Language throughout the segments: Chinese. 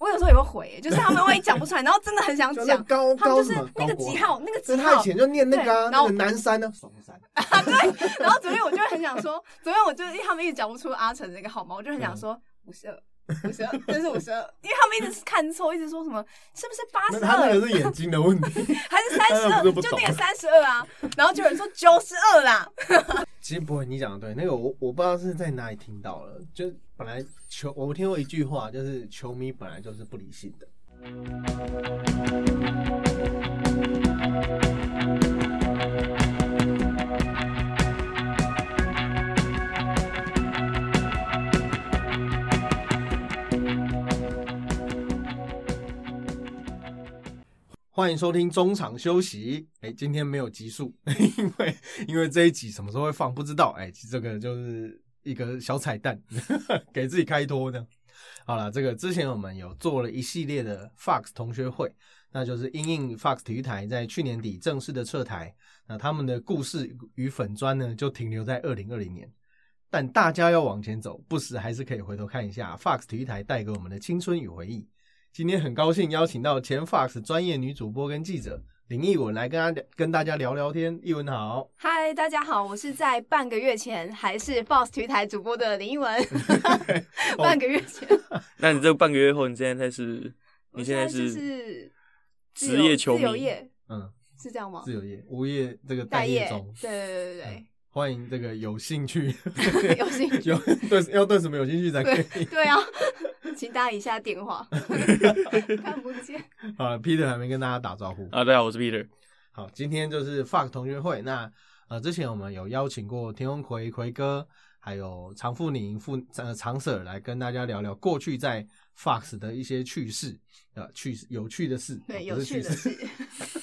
就回，就是他们会讲不出来，然后真的很想就那讲，高他们高就什是么？那个几号，那个几所以他号以，前就念那个啊，对然后那个南山呢，双山，然后昨天我就很想说，昨天我就因为他们一直讲不出阿成那个号码，我就很想说五十二。五十二，真是五十二，因为他们一直看错，一直说什么是不是八那十他那二个 是眼睛的问题。还是三十他二，们都不就懂那个三十二啊，然后就有人说九十二啦，其实不会，你讲的对，那个我我不知道是在哪里听到了，就本来球我听过一句话，就是球迷本来就是不理性的。欢迎收听中场休息。哎，今天没有集数， 因为因为这一集什么时候会放不知道。哎，其实这个就是一个小彩蛋， 给自己开脱呢。好了，这个之前我们有做了一系列的 Fox 同学会，那就是因应 Fox 体育台在去年底正式的撤台，那他们的故事与粉砖呢就停留在二零二零年。但大家要往前走，不时还是可以回头看一下 Fox 体育台带给我们的青春与回忆。今天很高兴邀请到前 Fox 专业女主播跟记者林奕文来跟大家跟大家聊聊天。奕文好，嗨，大家好，我是在半个月前还是 Boss 体育台主播的林一文。半个月前， 那你这半个月后，你现在是，你现在我就是是职业球迷自由业嗯，是这样吗？自由业、无业这个待待业业中，，对对对欢迎这个有兴 趣对对，有兴 趣。有对要对什么有兴趣才可以。对啊， 请打以下电话， 看不见。啊，Peter 还没跟大家打招呼。啊，大家好，我是 Peter。好，今天就是 Fox 同学会。那呃，之前我们有邀请过田宏奎奎哥，还有常富宁富呃常 Sir 来跟大家聊聊过去在 Fox 的一些趣事，呃，趣事有趣的事，对，呃有不是趣的趣事，是，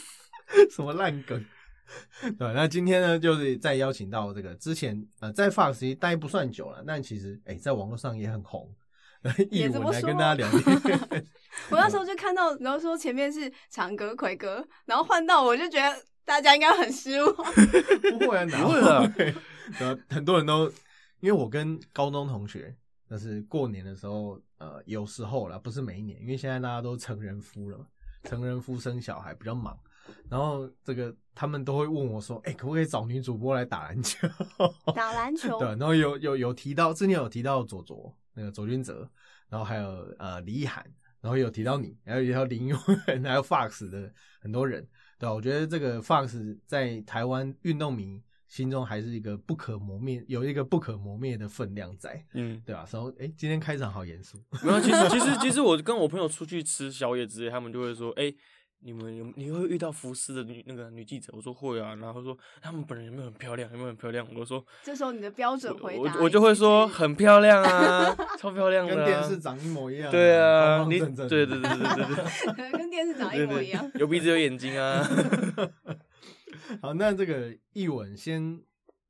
什么烂梗。 对，那今天呢，就是再邀请到这个之前呃在 Fox 其实待不算久了，但其实哎、在网络上也很红。译 也这文么来说跟大家聊天， 我那时候就看到，然后说前面是长哥、奎哥，然后换到我就觉得大家应该很失望。不会啊， 哪不会啊啊？然后很多人都，因为我跟高中同学，就是过年的时候，呃，有时候啦，不是每一年，因为现在大家都成人夫了嘛，成人夫生小孩比较忙，然后这个他们都会问我说，哎、可不可以找女主播来打篮球？ 打篮球对，啊然后有有有提到，之前有提到左左那个左君哲，然后还有呃李易涵，然后有提到你，还有提到林永恩， 还有 Fox 的很多人，对啊吧、我觉得这个 Fox 在台湾运动迷心中还是一个不可磨灭，有一个不可磨灭的分量在，嗯，对吧、然后哎，今天开场好严肃， 没有，其实其实其实我跟我朋友出去吃宵夜之类，他们就会说，哎、你们有你会遇到福斯的女那个女记者，我说会啊，然后说他们本人有没有很漂亮，有没有很漂亮？我说这时候你的标准我回答我我就会说是很漂亮啊， 超漂亮跟的、电啊视。长一模一样，对啊，方你方对正正，对对对对对对跟电视 长一对模一样对。，有鼻子有眼睛啊。好，那这个译文先。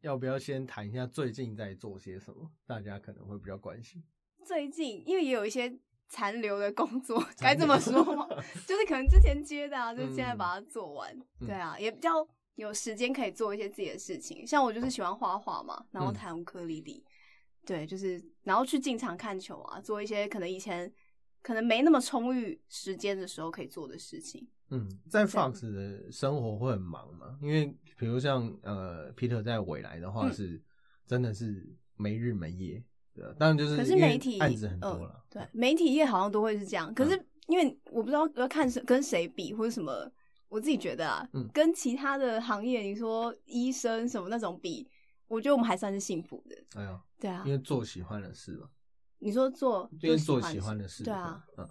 要不要先谈一下最近在做些什么？大家可能会比较关心。最近因为也有一些残留的工作，残该这留么说吗？ 就是可能之前接的啊，就是嗯现在把它做完。嗯对啊，也比较有时间可以做一些自己的事情。像我就是喜欢画画嘛，然后嗯弹乌克丽丽，对，就是然后去进场看球啊，做一些可能以前可能没那么充裕时间的时候可以做的事情。嗯，在这样 Fox 的生活会很忙嘛？因为比如像呃，Peter 在未来的话嗯是、真的是没日没夜，对啊，当然就是可是因为媒体案子很多嗯嗯了，对，媒体业好像都会是这样。可是因为我不知道要看谁跟谁比或者什么，我自己觉得啊，嗯跟其他的行业，你说医生什么那种比，我觉得我们还算是幸福的。哎呀，对啊因，为做喜欢的事嘛，你说做因为做喜欢的事，的事，对啊，嗯，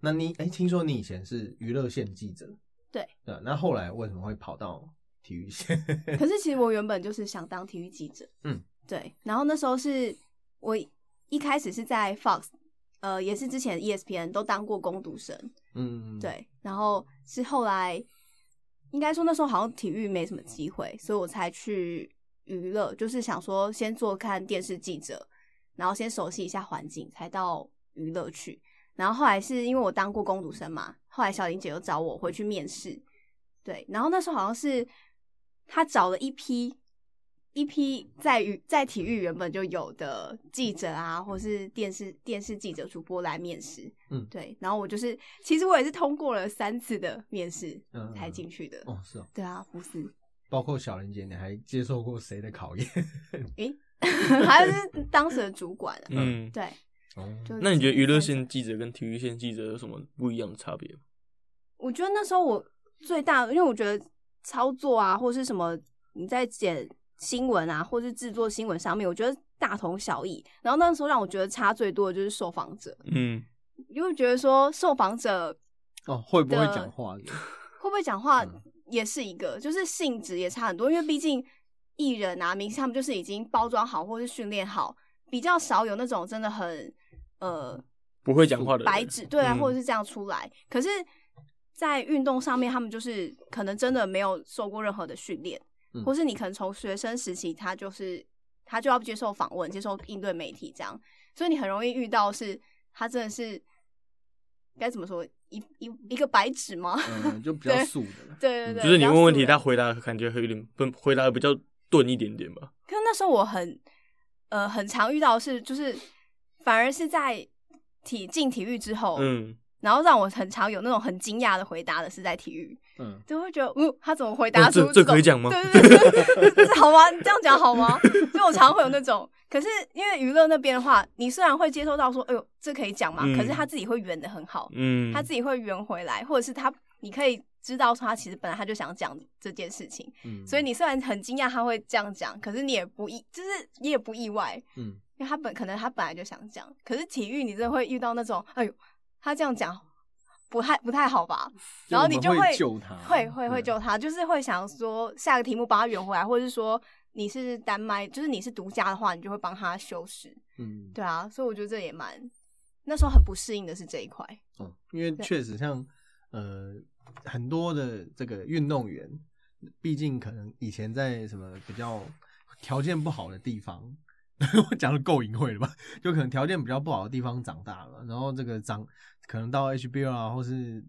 那你哎、听说你以前是娱乐线记者，对，对啊，那后来为什么会跑到体育线？ 可是其实我原本就是想当体育记者，嗯，对。然后那时候是我一开始是在 Fox，呃，也是之前 ESPN 都当过攻读生，嗯，，对，然后是后来，应该说那时候好像体育没什么机会，所以我才去娱乐，就是想说先做看电视记者，然后先熟悉一下环境，才到娱乐去。然后后来是因为我当过工读生嘛，后来小玲姐又找我回去面试，对，然后那时候好像是她找了一批一批在于在体育原本就有的记者啊，或是电视电视记者主播来面试，嗯对。然后我就是，其实我也是通过了三次的面试嗯才进去的。哦，是哦，对啊，福斯， 包括小玲姐，你还接受过谁的考验？ 诶、还是当时的主管、啊，嗯，对。哦，就那你觉得娱乐线记者跟体育线记者有什么不一样的差别吗？我觉得那时候我最大，因为我觉得操作啊，或是什么你在剪新闻啊，或是制作新闻上面，我觉得大同小异。然后那时候让我觉得差最多的就是受访者，嗯，因为我觉得说受访者哦，会不会的讲 话的？会不会讲话嗯也是一个，就是性质也差很多，因为毕竟艺人啊、明星他们就是已经包装好或是训练好，比较少有那种真的很呃不会讲话的人白纸，对啊，嗯或者是这样出来。可是，在运动上面，他们就是可能真的没有受过任何的训练，嗯或是你可能从学生时期，他就是他就要接受访问、接受应对媒体这样，所以你很容易遇到是，他真的是该怎么说，一一一个白纸吗？ 嗯，就比较对素的啦。对对对，嗯就是你问问比题，较他素人回答感觉会有点笨，回答得比较钝一点点吧。可是那时候我很呃很常遇到的是，就是反而是在体进体育之后，嗯，然后让我很常有那种很惊讶的回答的是在体育，嗯，就会觉得，嗯，他怎么回答哦这出、这种可以讲吗对对对，这好吗？这样讲好吗？就我常会有那种，可是因为娱乐那边的话，你虽然会接受到说，哎呦，这可以讲吗？嗯可是他自己会圆的很好，嗯，他自己会圆回来，或者是他，你可以知道说他其实本来他就想讲这件事情，嗯所以，你虽然很惊讶他会这样讲，可是你也不意，就是你也不意外，嗯，因为他本可能他本来就想讲，可是体育你真的会遇到那种，哎呦，他这样讲不太不太好吧？就然后我你们就会会救他会会会对救他，就是会想说下个题目帮他圆回来，或者是说你是单麦，就是你是独家的话，你就会帮他修饰，嗯，对啊，所以我觉得这也蛮那时候很不适应的是这一块，哦，因为确实像呃很多的这个运动员，毕竟可能以前在什么比较条件不好的地方， 我讲的够隐晦了吧？就可能条件比较不好的地方长大了，然后这个长可能到 HBO 啊，或是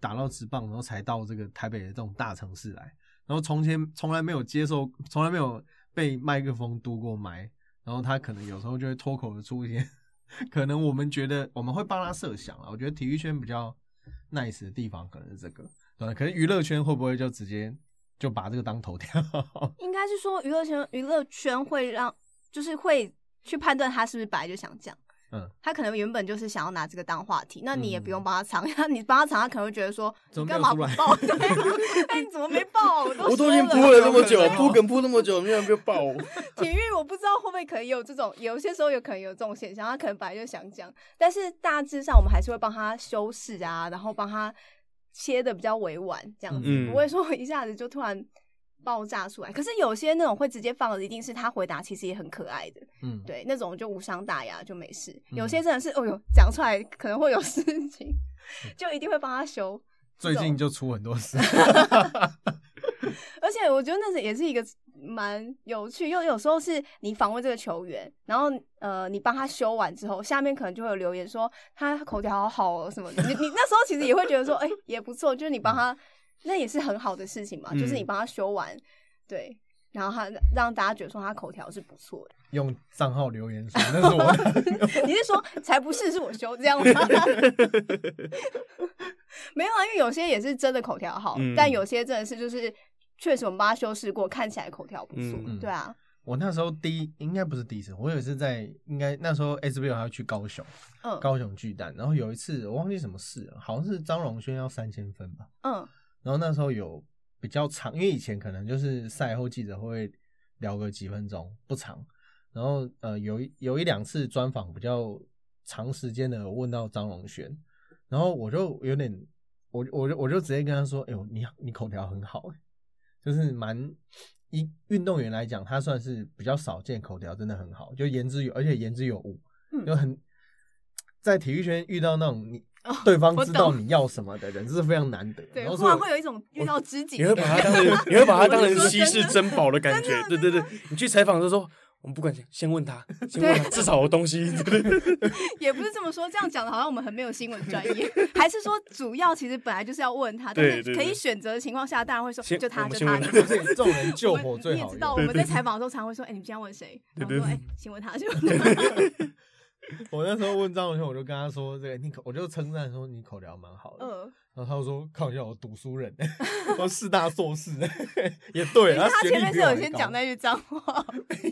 打到职棒，然后才到这个台北的这种大城市来，然后从前从来没有接受，从来没有被麦克风嘟过麦，然后他可能有时候就会脱口而出一些， 可能我们觉得我们会帮他设想啊。我觉得体育圈比较 nice 的地方可能是这个，对，可能娱乐圈会不会就直接就把这个当头条？应该是说娱乐圈娱乐圈会让就是会去判断他是不是本来就想讲。嗯，他可能原本就是想要拿这个当话题，那你也嗯不用帮他藏， 那、你帮他藏，他可能会觉得说怎你么干嘛没不有出来报？ 对啊，哎、你怎么没报？我都我都已说经铺了这么 久对，铺梗铺那么久，没有人被爆我。体育我不知道会不会可以有这种，有些时候有可能有这种现象，他可能本来就想讲，但是大致上我们还是会帮他修饰啊，然后帮他切的比较委婉，这样子、嗯不会说一下子就突然爆炸出来。可是有些那种会直接放的，一定是他回答其实也很可爱的，嗯，对，那种就无伤大雅就没事。嗯有些真的是，哦呦，讲出来可能会有事情， 就一定会帮他修。最近就出很多 事。而且我觉得那是也是一个蛮有趣，又有时候是你访问这个球员，然后呃，你帮他修完之后，下面可能就会有留言说他口条好好哦什么的。你你那时候其实也会觉得说，哎、也不错，就是你帮他，那也是很好的事情嘛，嗯就是你帮他修完，对，然后他让大家觉得说他口条是不错的。用账号留言说那是我的， 你是说才不是是我修这样吗？ 没有啊，因为有些也是真的口条好，嗯但有些真的是就是确实我们帮他修饰过，看起来口条不错，嗯对啊。我那时候第一应该不是第一次，我有一次在应该那时候 SBL 还要去高雄，嗯高雄巨蛋，然后有一次我忘记什么事了，好像是张荣轩要三千分吧，嗯然后那时候有比较长，因为以前可能就是赛后记者会聊个几分钟，不长。然后呃，有一有一两次专访比较长时间的，问到张龙轩，然后我就有点，我我就我就直接跟他说：“哎呦，你你口条很好、欸，就是蛮一运动员来讲，他算是比较少见口条真的很好，就言之有，而且言之有物，嗯就很在体育圈遇到那种你哦对方我知道懂你要什么的人，这是非常难得。对，然后忽所以然我会有一种遇到知己你的会感把觉，它当成，你会把它当我成是说稀世真的珍宝的感觉。对对对，你去采访的时候，我们不管先先问他，先问他，至少有 东西。对对对也不是这么说，这样讲的好像我们很没有新闻专业， 还是说主要其实本来就是要问他，但对是对可以对选择的情况下，当然会说先就他我们就先他问就他他。所以 这种人救火最你也好知道，用。我们在采访的时候常会说：“哎、你们今天问谁？”然后对说：“对哎、先问他，先问他。我那时候问张文轩，我就跟他说：“这个你口，我就称赞说你口条蛮好”的。嗯，然后他就说：“看一下我读书 人，我四大硕士， 也对。”等一下啊他学前历面比是我有还先高讲那句脏话，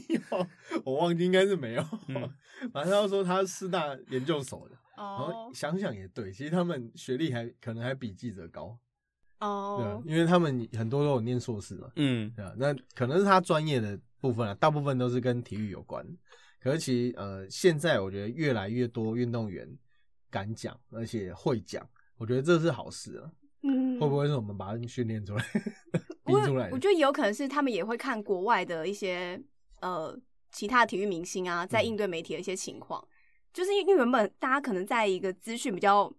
有， 我忘记应该是没有。嗯 反正他说他是四大研究所的，然后哦想想也对，其实他们学历还可能还比记者高，对啊哦，因为他们很多都有念硕士嘛，嗯，对啊，那可能是他专业的部分啊，大部分都是跟体育有关。可是其实呃，现在我觉得越来越多运动员敢讲，而且会讲，我觉得这是好事啊。嗯，会不会是我们把他们训练出来、逼 我有出来的我？觉得有可能是他们也会看国外的一些呃其他体育明星啊，在嗯应对媒体的一些情况，就是因为原本大家可能在一个资讯比较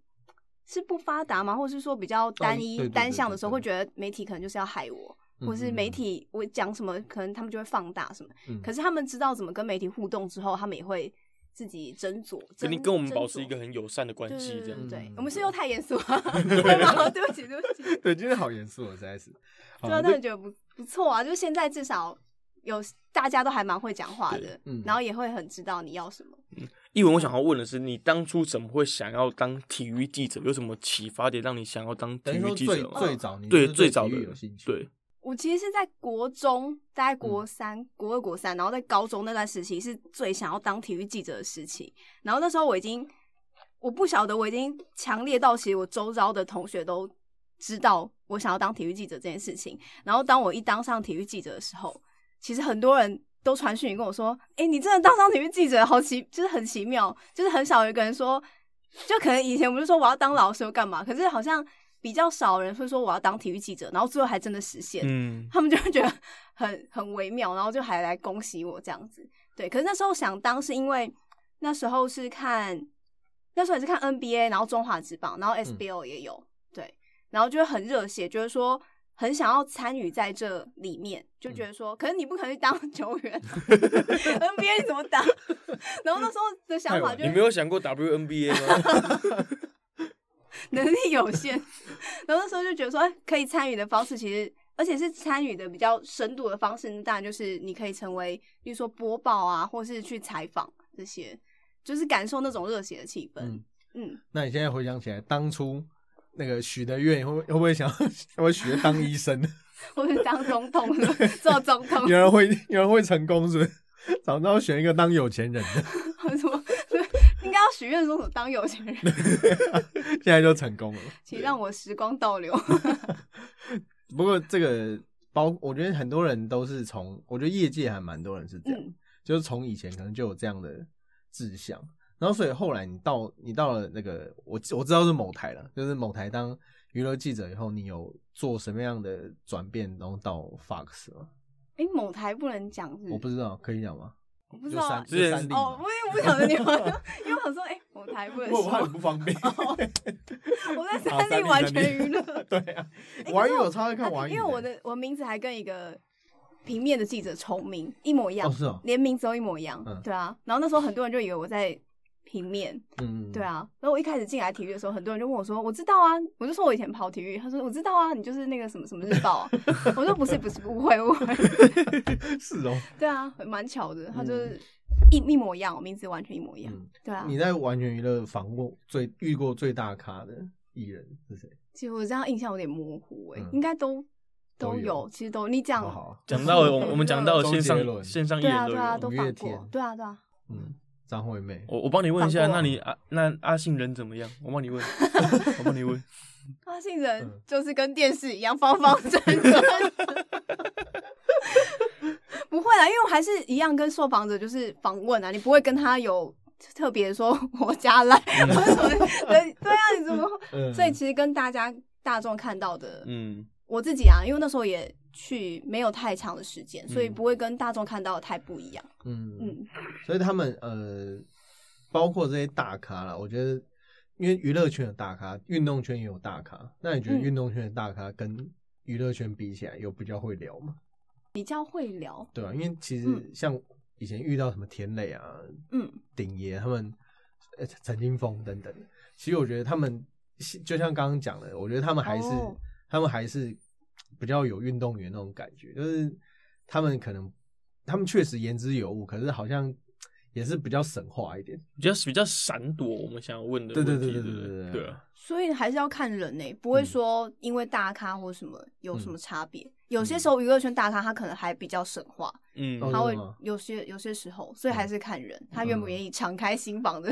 是不发达嘛，或者是说比较单一、哦对对对单向的时候，对会对觉得媒体可能就是要害我，嗯或是嗯媒嗯体我讲什么，可能他们就会放大什么。嗯可是他们知道怎么跟媒体互动之后，他们也会自己斟酌，跟你斟跟我们斟保持一酌个很友善的关对系，对这样对子对嗯，我们是又太严肃了， 对吗？ 对不起，对不起。对，今天好严肃哦，实在是。好对啊，那但是觉得不不错啊，就是现在至少有大家都还蛮会讲话的对，嗯然后也会很知道你要什么。一文，我想要问的是，你当初怎么会想要当体育记者？有什么启发点让你想要当体等于育说记最者吗？哦最早你对就是最早体的育有兴趣，对，我其实是在国中，大概国三、国二、国三，然后在高中那段时期是最想要当体育记者的时期。然后那时候我已经，我不晓得我已经强烈到，其实我周遭的同学都知道我想要当体育记者这件事情。然后当我一当上体育记者的时候，其实很多人都传讯息跟我说：“哎、你真的当上体育记者，好奇，就是很奇妙，就是很少有一个人说，就可能以前不是说我要当老师又干嘛，可是好像比较少人会说我要当体育记者，然后最后还真的实现。嗯，他们就会觉得很很微妙，然后就还来恭喜我这样子。对，可是那时候想当是因为那时候是看那时候也是看 NBA，然后中华职棒，然后嗯 SBL 也有、对，然后就会很热血，就是说很想要参与在这里面，就嗯觉得说，可是你不可能去当 球员、啊、，NBA 你怎么打？ 然后那时候的想法就哎你是没有想过 WNBA 吗？ 能力有限，然后那时候就觉得说，哎，可以参与的方式其实，而且是参与的比较深度的方式，那当然就是你可以成为，比如说播报啊，或是去采访啊这些，就是感受那种热血的气氛。嗯嗯那你现在回想起来，当初那个许的愿，会不会会不会想要 会不会许愿当 医生？或是当总统做总统有人会有人会成功是不 是？早知道选一个当有钱人的，什么，应该要许愿说什么当有钱人，现在就成功了。请让我时光倒流。 不过这个包，我觉得很多人都是从，我觉得业界还蛮多人是这样，嗯就是从以前可能就有这样的志向，然后所以后来你到你到了那个我我知道是某台了，就是某台当娱乐记者以后，你有做什么样的转变，然后到 Fox 吗？哎、某台不能讲是我不是知道，可以讲吗？我嗯不知就道三啊。就之前三立哦，嘛我也不晓得你们， 因为我想说，哎、某台不能说，哦不 方便。我在好啊三三立立完三全立娱乐。 对啊，欸网可是友超爱看啊网友，因为我的我名字还跟一个平面的记者重名，一模一样，哦是哦连名字都一模一样，嗯对啊。然后那时候很多人就以为我在平面，嗯，对，啊。然后我一开始进来体育的时候，很多人就问我说：“我知道啊。”我就说我以前跑体育，他说：“我知道啊，你就是那个什么什么日报、啊。” 我说：“不是，不是，误会，误会。是哦。”对啊，蛮巧的，他就是一一模一样，我名字完全一模一样，嗯，对啊。你在完全娱乐访过最遇过最大咖的艺人是谁？其实我这样印象有点模糊、欸，哎、嗯应该都都都有有，其实都你讲好啊不好， 讲到 我们我们讲到周线杰上伦线上艺对啊，人都对啊，都放五有。过月天，对啊，对啊。嗯，张惠妹，我我帮你问一下，放过啊那你啊那阿信人怎么样？我帮 你问，我帮你问。发信人嗯就是跟电视一样方方正正。不会啦，因为我还是一样跟受访者就是访问啊，你不会跟他有特别说我家来 或者什么的，对对啊，你怎么会？嗯，所以其实跟大家大众看到的，嗯，我自己啊，因为那时候也去没有太长的时间，所以嗯不会跟大众看到的太不一样。嗯，嗯，所以他们呃，包括这些大咖啦，我觉得。因为娱乐圈有大咖，运动圈也有大咖。那你觉得嗯运动圈的大咖跟娱乐圈比起来，有比较会聊吗？比较会聊，对啊，因为其实嗯像以前遇到什么田磊啊、嗯，鼎爷他们、呃陈金峰等等，其实我觉得他们就像刚刚讲的，我觉得他们还是、哦他们还是比较有运动员那种感觉，就是他们可能他们确实言之有物，可是好像也是比较神话一点。比较比较闪躲我们想要问的对问对题，对对对对对不对啊，所以还是要看人呢、不会嗯说因为大咖或什么有什嗯么差别。有些嗯时候娱乐圈大咖他可能还比较神话，嗯，哦他真的会吗有些有些时候，所以还是看人，他愿不嗯愿意敞开心房的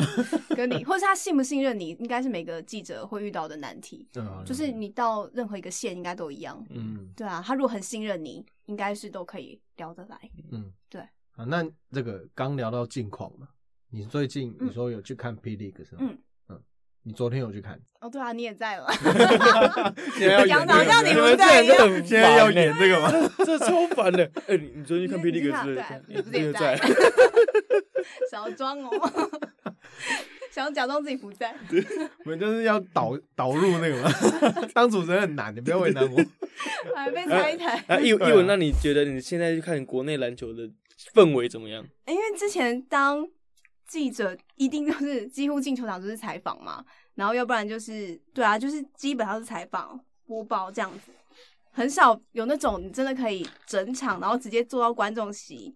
跟你，或是他信不信任你，应该是每个记者会遇到的难题。嗯，就是你到任何一个县，应该都一样。嗯对啊，他如果很信任你，应该是都可以聊得来。嗯对啊，那这个刚聊到近况嘛，你最近嗯你说有去看 P League 是吗？嗯你昨天有去看？哦，对啊，你也在了，嗯现在要演讲得好像你这个不吗在一样很现在要烦欸演这个吗？ 这超烦的。哎、你你昨天去看你 P D 你哥看是不对是啊？你你不是也也在在？ 少装哦， 想假装自己不在。我们就是要导导入那个嘛， 当主持人很难，你不要为难我。还被拆台。啊，一一对啊文，那你觉得你现在去看国内篮球的氛围怎么样？因为之前当记者，一定都是几乎进球场就是采访嘛，然后要不然就是对啊，就是基本上是采访播报这样子，很少有那种你真的可以整场，然后直接坐到观众席。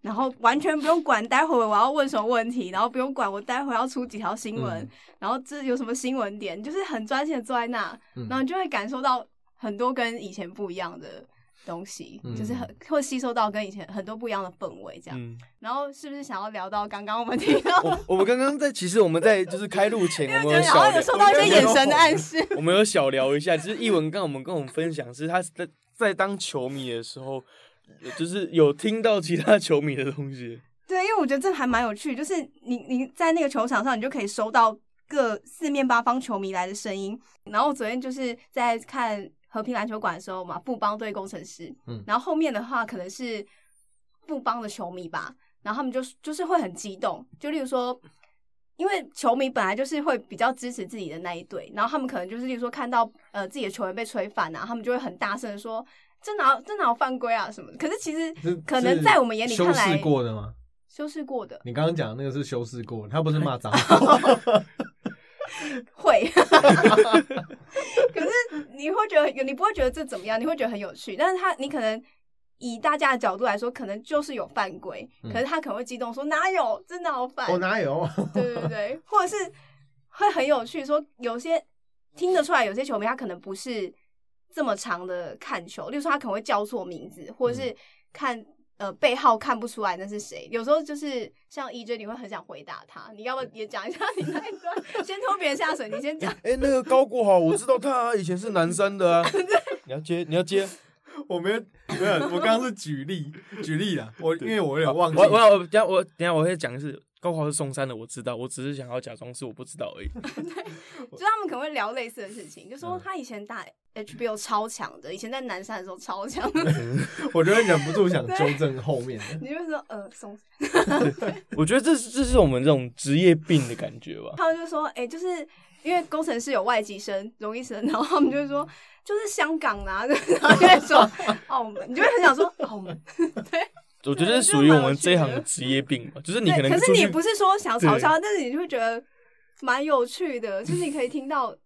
然后完全不用管，待会我要问什么问题，然后不用管我待会要出几条新闻，嗯然后这有什么新闻点，就是很专心的坐在那，嗯然后你就会感受到很多跟以前不一样的东西，嗯就是很会吸收到跟以前很多不一样的氛围，这样。嗯，然后是不是想要聊到刚刚我们提到， 我我们刚刚在，其实我们在就是开录前，我就们有是好小像有聊，受到一些眼神的暗示？ 我们有小聊一下，就是一文刚我们跟我们分享，是他在在当球迷的时候，就是有听到其他球迷的东西。对，因为我觉得这还蛮有趣，就是你你在那个球场上，你就可以收到各四面八方球迷来的声音。然后昨天就是在看和平篮球馆的时候嘛，富邦对工程师，嗯然后后面的话可能是富邦的球迷吧，然后他们就是就是会很激动，就例如说。因为球迷本来就是会比较支持自己的那一队，然后他们可能就是，例如说看到呃自己的球员被吹犯啊，他们就会很大声的说：“这哪这哪有犯规啊什么的。”可是其实是可能在我们眼里是看修来饰过的吗？修饰过的，你刚刚讲的那个是修饰过的，他不是骂脏 话。会， 可是你会觉得，你不会觉得这怎么样？你会觉得很有趣，但是他你可能以大家的角度来说，可能就是有犯规，嗯可是他可能会激动说哪有，真的好犯，我哪有？对对对对，或者是会很有趣，说有些听得出来，有些球迷他可能不是这么长的看球，例如说他可能会叫错名字，或者是看。呃，背号看不出来那是谁，有时候就是像 EJ，你会很想回答他，你要不要也讲一下你那一段？ 先拖别人下水，你 先讲。 哎、那个高国豪，我知道他、以前是南山的啊。 你要接，你要接。我没有，没有，我刚刚是举例，举例啦。我因为我有点忘记 我，我我等下我等下我会讲的是高考是松山的，我知道，我只是想要假装是我不知道而已。就他们可能会聊类似的事情，就说嗯他以前打 HBO 超强的，以前在南山的时候超强的， 我就会忍不住想纠正后面的。你就会说呃松， 我觉得这是这是我们这种职业病的感觉 吧。他们就说哎、就是因为工程师有外籍生、荣医生，然后他们就会说就是香港啊， 然后就会说澳门，你就会很想说澳门，我觉得是属于我们这一行的职业病吧，就是你对，能可是出你去，不是说想嘲笑，但是你就会觉得蛮有趣的，就是你可以听到。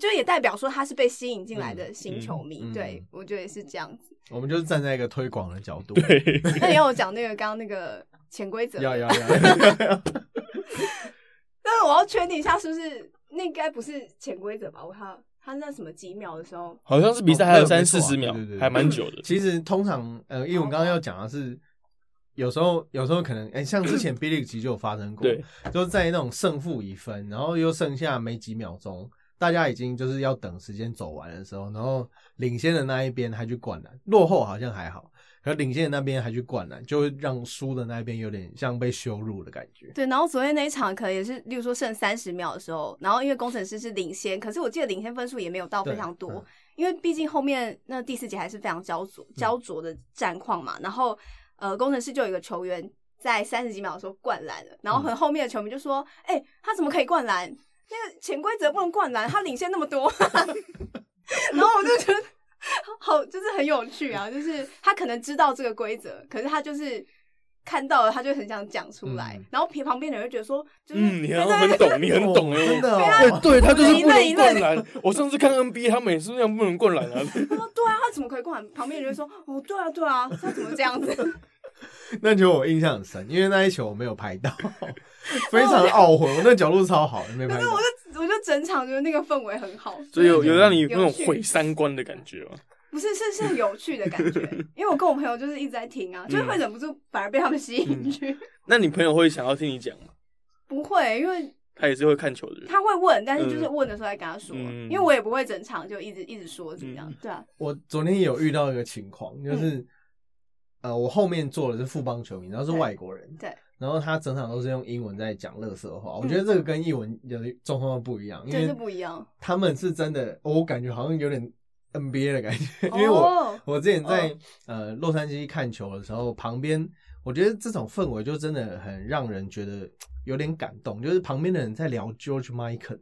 就也代表说他是被吸引进来的新球迷，嗯嗯对嗯我觉得也是这样子。我们就是站在一个推广的角度。对，那你要我讲那个刚刚那个潜规则，要 要要，但是我要确定一下，是不是那应该不是潜规则吧？我看他那什么几秒的时候，好像是比赛还有三四对十啊秒对对，对还蛮久的。其实通常，呃，因为我们刚刚要讲的是，有时候有时候可能，哎、像之前 B League 其实就有发生过，对，就是在那种胜负已分，然后又剩下没几秒钟，大家已经就是要等时间走完的时候，然后领先的那一边还去灌篮，落后好像还好，可领先的那边还去灌篮，就会让输的那一边有点像被羞辱的感觉。对，然后昨天那一场可能也是，例如说剩三十秒的时候，然后因为工程师是领先，可是我记得领先分数也没有到非常多，对嗯嗯因为毕竟后面那第四节还是非常焦灼焦灼的战况嘛。然后呃，工程师就有一个球员在三十几秒的时候灌篮了，然后很嗯后面的球迷就说：“哎、他怎么可以灌篮？那个潜规则不能灌篮，他领先那么多。”然后我就觉得。好，就是很有趣啊！就是他可能知道这个规则，可是他就是看到了，他就很想讲出来，嗯然后旁旁边的人就觉得说，就是、嗯，你好像对很对懂，你很懂哎、真的对哦，对，他就是不我一能愣灌篮。我上次看 NBA，他们也是那样不能灌篮 啊。他说对啊，他怎么可以灌？旁边人就说哦，对啊，对啊，他怎么这样子？ 那球我印象很深，因为那一球我没有拍 到，非常懊悔。我那角度超好，没拍但是到我。就我就整场觉得那个氛围很好，所以有有让你有有那种趣毁三观的感觉吗？不是是是有趣的感 觉，因为我跟我朋友就是一直在听啊，就是嗯会忍不住反而被他们吸引去。那你朋友会想要听你讲吗？不会，因为他也是会看球的人。他会问，但是就是问的时候再跟他说，嗯因为我也不会整场就一直一直说怎么样，对啊，我昨天有遇到一个情况，就是、呃，我后面坐的是富邦球迷，然后嗯是对外国人，对，然后他整场都是用英文在讲乐色话。我嗯觉得这个跟译文有的状况不一样，因就是为不一样。他们是真的，我感觉好像有点 NBA 的感觉，因为我、哦，我之前在、呃洛杉矶看球的时候，旁边我觉得这种氛围就真的很让人觉得有点感动，就是旁边的人在聊 George Michael，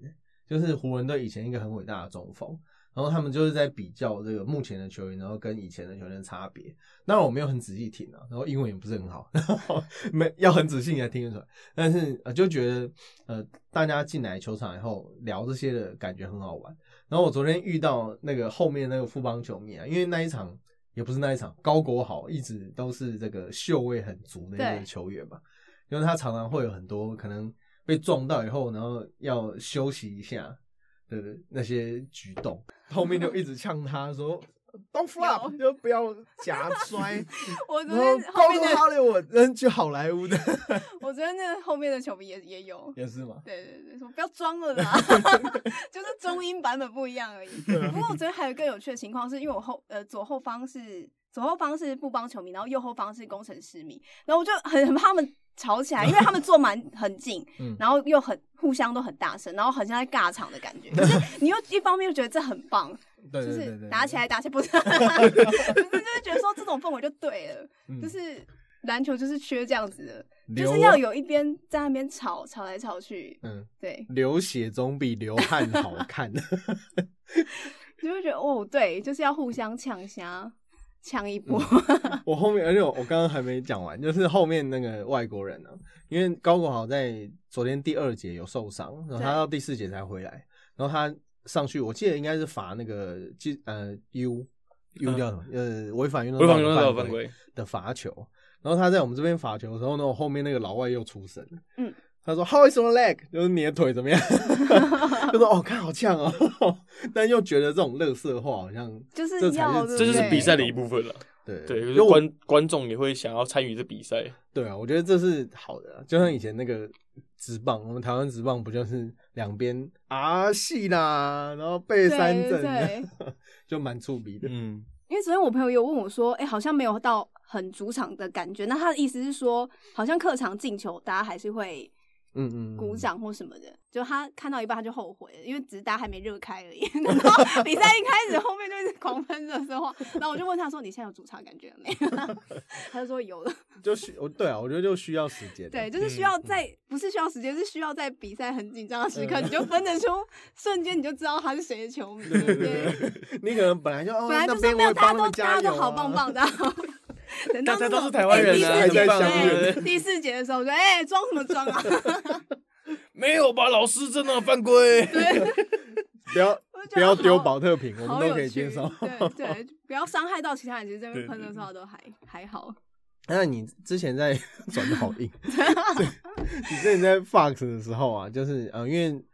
就是湖人队以前一个很伟大的中锋。然后他们就是在比较这个目前的球员，然后跟以前的球员的差别。当然我没有很仔细听啊，然后英文也不是很好，然 后没要很仔细你才听得出来。但是呃就觉得呃大家进来球场以后聊这些的感觉很好玩。然后我昨天遇到那个后面那个富邦球迷啊，因为那一场也不是那一场，高国豪一直都是这个嗅味很足的一个对球员嘛，因为他常常会有很多可能被撞到以后，然后要休息一下的那些举 动，后面就一直呛他说 “Don't flop”，就不要夹 摔。我昨然后天后高面国的豪的我扔去好莱坞的， 我昨天那后面的球迷也也有。也是吗？对对对，说不要装了啦， 就是中英版本不一样而已。啊不过我昨天还有更有趣的情况，是因为我后呃左后方是左后方是布邦球迷，然后右后方是工程师迷，然后我就很很怕他们吵起来，因为他们坐蛮很近 嗯，然后又很互相都很大声，然后很像在尬场的 感觉。可是你又一方面又觉得这很棒，对就对对是对，打起来打起来不是， 就是就是觉得说这种氛围就对了，嗯就是篮球就是缺这样子的。就流啊是要有一边在那边吵吵来吵去，嗯，对，流血总比流汗好看。 你就会觉得哦，对，就是要互相抢虾，抢一波。我后面，而且我我刚刚还没讲完，就是后面那个外国人呢、啊，因为高国豪在昨天第二节有受伤，然后他对到第四节才回来，然后他上去，我记得应该是罚那个记呃 U U 叫什么？呃，违反运动回防中道岛德犯规，的罚球。然后他在我们这边罚球的时候呢，我后面那个老外又出声，嗯，他说 How is your leg？就是你的腿怎么样？ 就说哦，看好呛哦， 但又觉得这种乐色话好像就是这才要对是这不就是对比赛的一部分了。对对，就是就我观观众也会想要参与这比赛。对啊，我觉得这是好的啊、就像以前那个直棒，我们台湾直棒不就是两边啊戏啦，然后背对三对阵的，对就蛮触鼻的。嗯，因为昨天我朋友有问我说，哎、好像没有到很主场的感觉。那他的意思是说，好像客场进球，大家还是会嗯嗯，嗯鼓。掌或什么的。就他看到一半他就后悔了，因为只是大家还没热开而 已。然后比赛一开始，后面就一直狂喷热色话。然后我就问他说：“你现在有主场感觉了没？” 他就说：“有了。”就需我对啊，我觉得就需要时间。啊对，就是需嗯要在、不是需要时间，是需要在比赛很紧张的时刻，嗯你就分得出瞬间，你就知道他是谁的球迷。对对对，你可能本来就哦，本来就那说边没有，我也大家帮他都们大加家油都啊好棒 棒的。等到大家那都种是台湾人啊，哎哎还第四在在想想对着第四节的时候，我说：“哎、装什么装啊 没有吧？老师真的犯规。不要！”我 就觉不得要好丢保特瓶，我好们都有可以趣接受。对对，不要伤害到其他人。其实这边对喷对的时候都还还好。 那你之前在 转的好硬，你之前在 Fox 的时候啊，就是呃，因为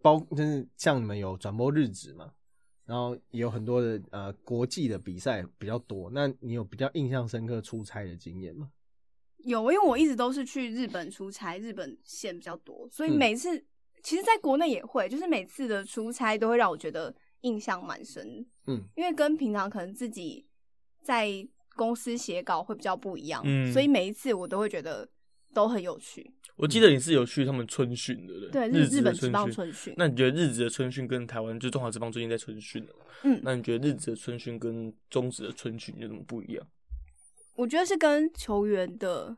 包就是像你们有转播日子嘛，然后也有很多的呃国际的比赛比较多，那你有比较印象深刻出差的经验吗？有，因为我一直都是去日本出差，日本线比较多，所以嗯每次、其实，在国内也会，就是每次的出差都会让我觉得印象蛮深。嗯，因为跟平常可能自己在公司写稿会比较不一样，嗯所以每一次我都会觉得都很有趣。 我记得你是有去他们春训的，不对，日日职日的本职棒训。春训，那你觉得日职的春训跟台湾就中华职棒最近在春训了嘛？嗯那你觉得日职的春训跟中职的春训有什么不一样？我觉得是跟球员的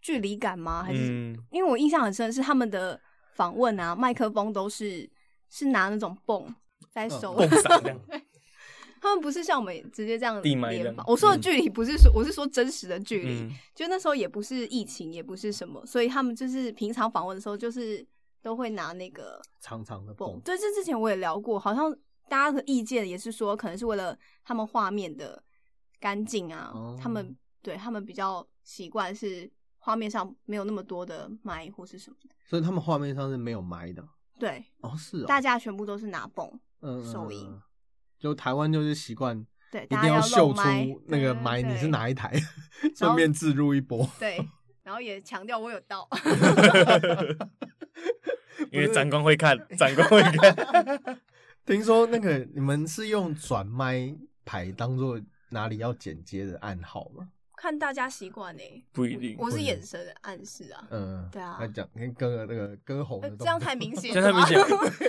距离感吗？还是、嗯，因为我印象很深的是他们的访问嗯啊，麦克风都是是拿那种泵在手。蹦伞这样。 他们不是像我们直接这样地埋联人访。我说的嗯距离不是说，我是说真实的距离，嗯， 就那时候也不是疫情，也不是什么，所以他们就是平常访问的时候，就是都会拿那个长长的泵蹦。。对，这之前我也聊过，好像大家的意见也是说，可能是为了他们画面的干净啊，哦他们对他们比较习惯是画面上没有那么多的麦或是什么的。所以他们画面上是没有埋的。对，哦，是哦，大家全部都是拿泵，嗯嗯手淫嗯嗯就台湾就是习惯对，一大定家要秀露出麦那对个对埋你是对哪一台，然顺后便置入一波。 对，然后也强调我有到。 因为长官会看，长官会 看，听说那个你们是用转麦牌当做哪里要剪接的暗号吗？看大家习惯呢，不一定。我是会眼神的暗示啊，嗯，对啊那讲跟歌那个歌喉呃的动这作样太明显，这样太明 显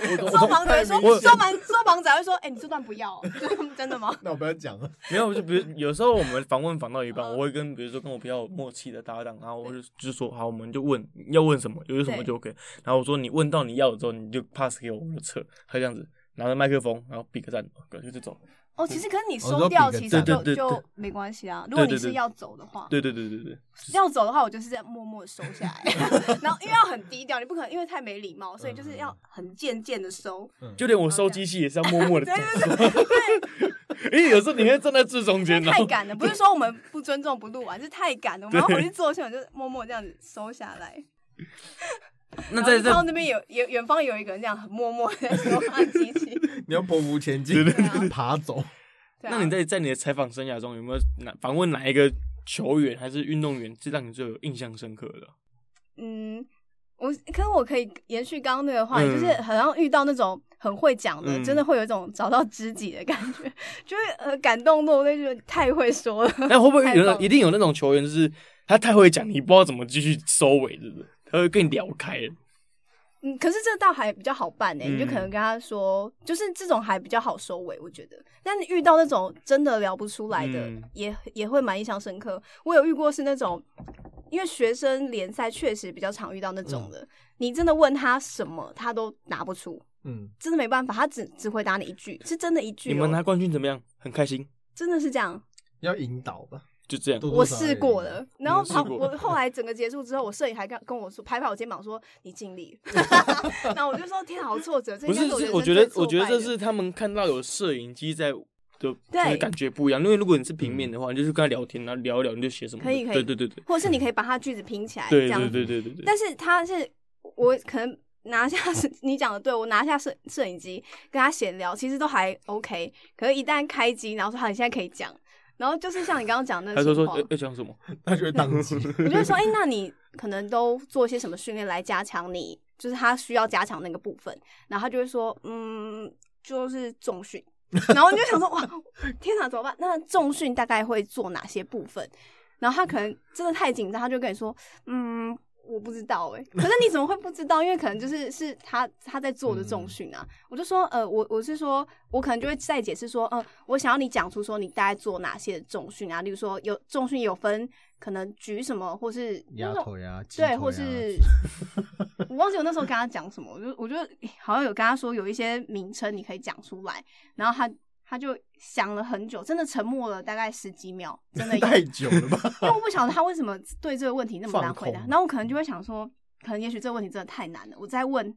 显周旁仔会说，周旁周旁仔会说，哎，你这段不要哦， 真的吗？ 那我不要讲了。没有，就比如有时候我们访问访到一半，嗯我会跟比如说跟我比较有默契的搭档，然后我就就说好，我们就问要问什么，有什么对就 OK。然后我说你问到你要的之后，你就 pass 给我，我就撤。他就这样子拿着麦克风，然后比个赞，然后就走。哦，其实可是你哦收说掉，比个其实赞就对对对就对没关系啊。如果你对对是对要走的话，对对对对对，要走的话，我就是在默默地收下 来，然后因为要很低调，你不可能因为太没礼貌，所以嗯就是要很渐渐的 收。就连我收机器也是要 默默的对走。对对，因为有时候你会站在最中间，然太后赶了，不是说我们不尊重不录完，是太赶了。我们要回去做事，我就默默这样子收下来。那然后在就在看到那边有有远方有一个人这样很默默地在收按机器。你要匍匐前 进对，啊爬走。对啊 那你在在你的采访生涯中有没有哪访问哪一个球员还是运动员是让你最有印象深刻 的？嗯，我可是我可以延续刚刚那个话题，嗯就是好像遇到那种很会讲的，嗯真的会有一种找到知己的感觉， 就是呃感动落泪，就是太会说了。 那哎会不会有太那棒种一定有那种球员，就是他太会讲，你不知道怎么继续收尾，是不是？他会跟你聊开了。嗯，可是这倒还比较好办呢、欸嗯你就可能跟他说，就是这种还比较好收尾，我觉得。但你遇到那种真的聊不出来的，嗯也也会蛮印象深刻。我有遇过是那种，因为学生联赛确实比较常遇到那嗯种的，你真的问他什么，他都答不出。嗯，真的没办法，他只只回答你一句，是真的一句、哦。你们拿冠军怎么样？很开心，真的是这样，要引导吧。就这样。多多我少少要试引过导了。。然后你有试旁过我后来整个结束之后，我摄影还跟跟我说，拍拍我肩膀说你尽力。 然后我就说天啊，好挫折，这不应该是，是我我觉人生得，最我觉挫得败这的是他们看到有摄影机在的，就是对感觉不一样。因为如果你是平面的话，你就是跟他聊天，然后聊一聊，你就写什么的。可以可以对对对对或者是你可以把它句子拼起来，这对样对子。对对对对。但是他是我可能拿下是 你讲的对，我拿下摄摄影机跟他闲聊，其实都还 OK。可是，一旦开机，然后说好，你现在可以讲，然后就是像你刚刚讲的那他情说说况呃，要讲什么？他就会宕机。我就会说，哎、那你可能都做些什么训练来加强你，就是他需要加强那个部分，然后他就会说，嗯，就是重训。然后你就想说，哇，天哪，怎么办？那重训大概会做哪些部分？然后他可能真的太紧张，他就跟你说，嗯，我不知道哎、可是你怎么会不知道？因为可能就是是他他在做的重训啊。我就说，呃，我我是说，我可能就会再解释说，呃，我想要你讲出说你大概做哪些重训啊，例如说有重训有分可能举什么，或是压那种腿啊，鸡腿对，啊或是 我忘记我那时候跟他讲什么，我就我就 好像有跟他说有一些名称你可以讲出来，然后他他就想了很久，真的沉默了大概十几秒，真 的有太久了吧？因为我不晓得他为什么对这个问题那么难回答放，空那我可能就会想说，可能也许这个问题真的太难了，我再问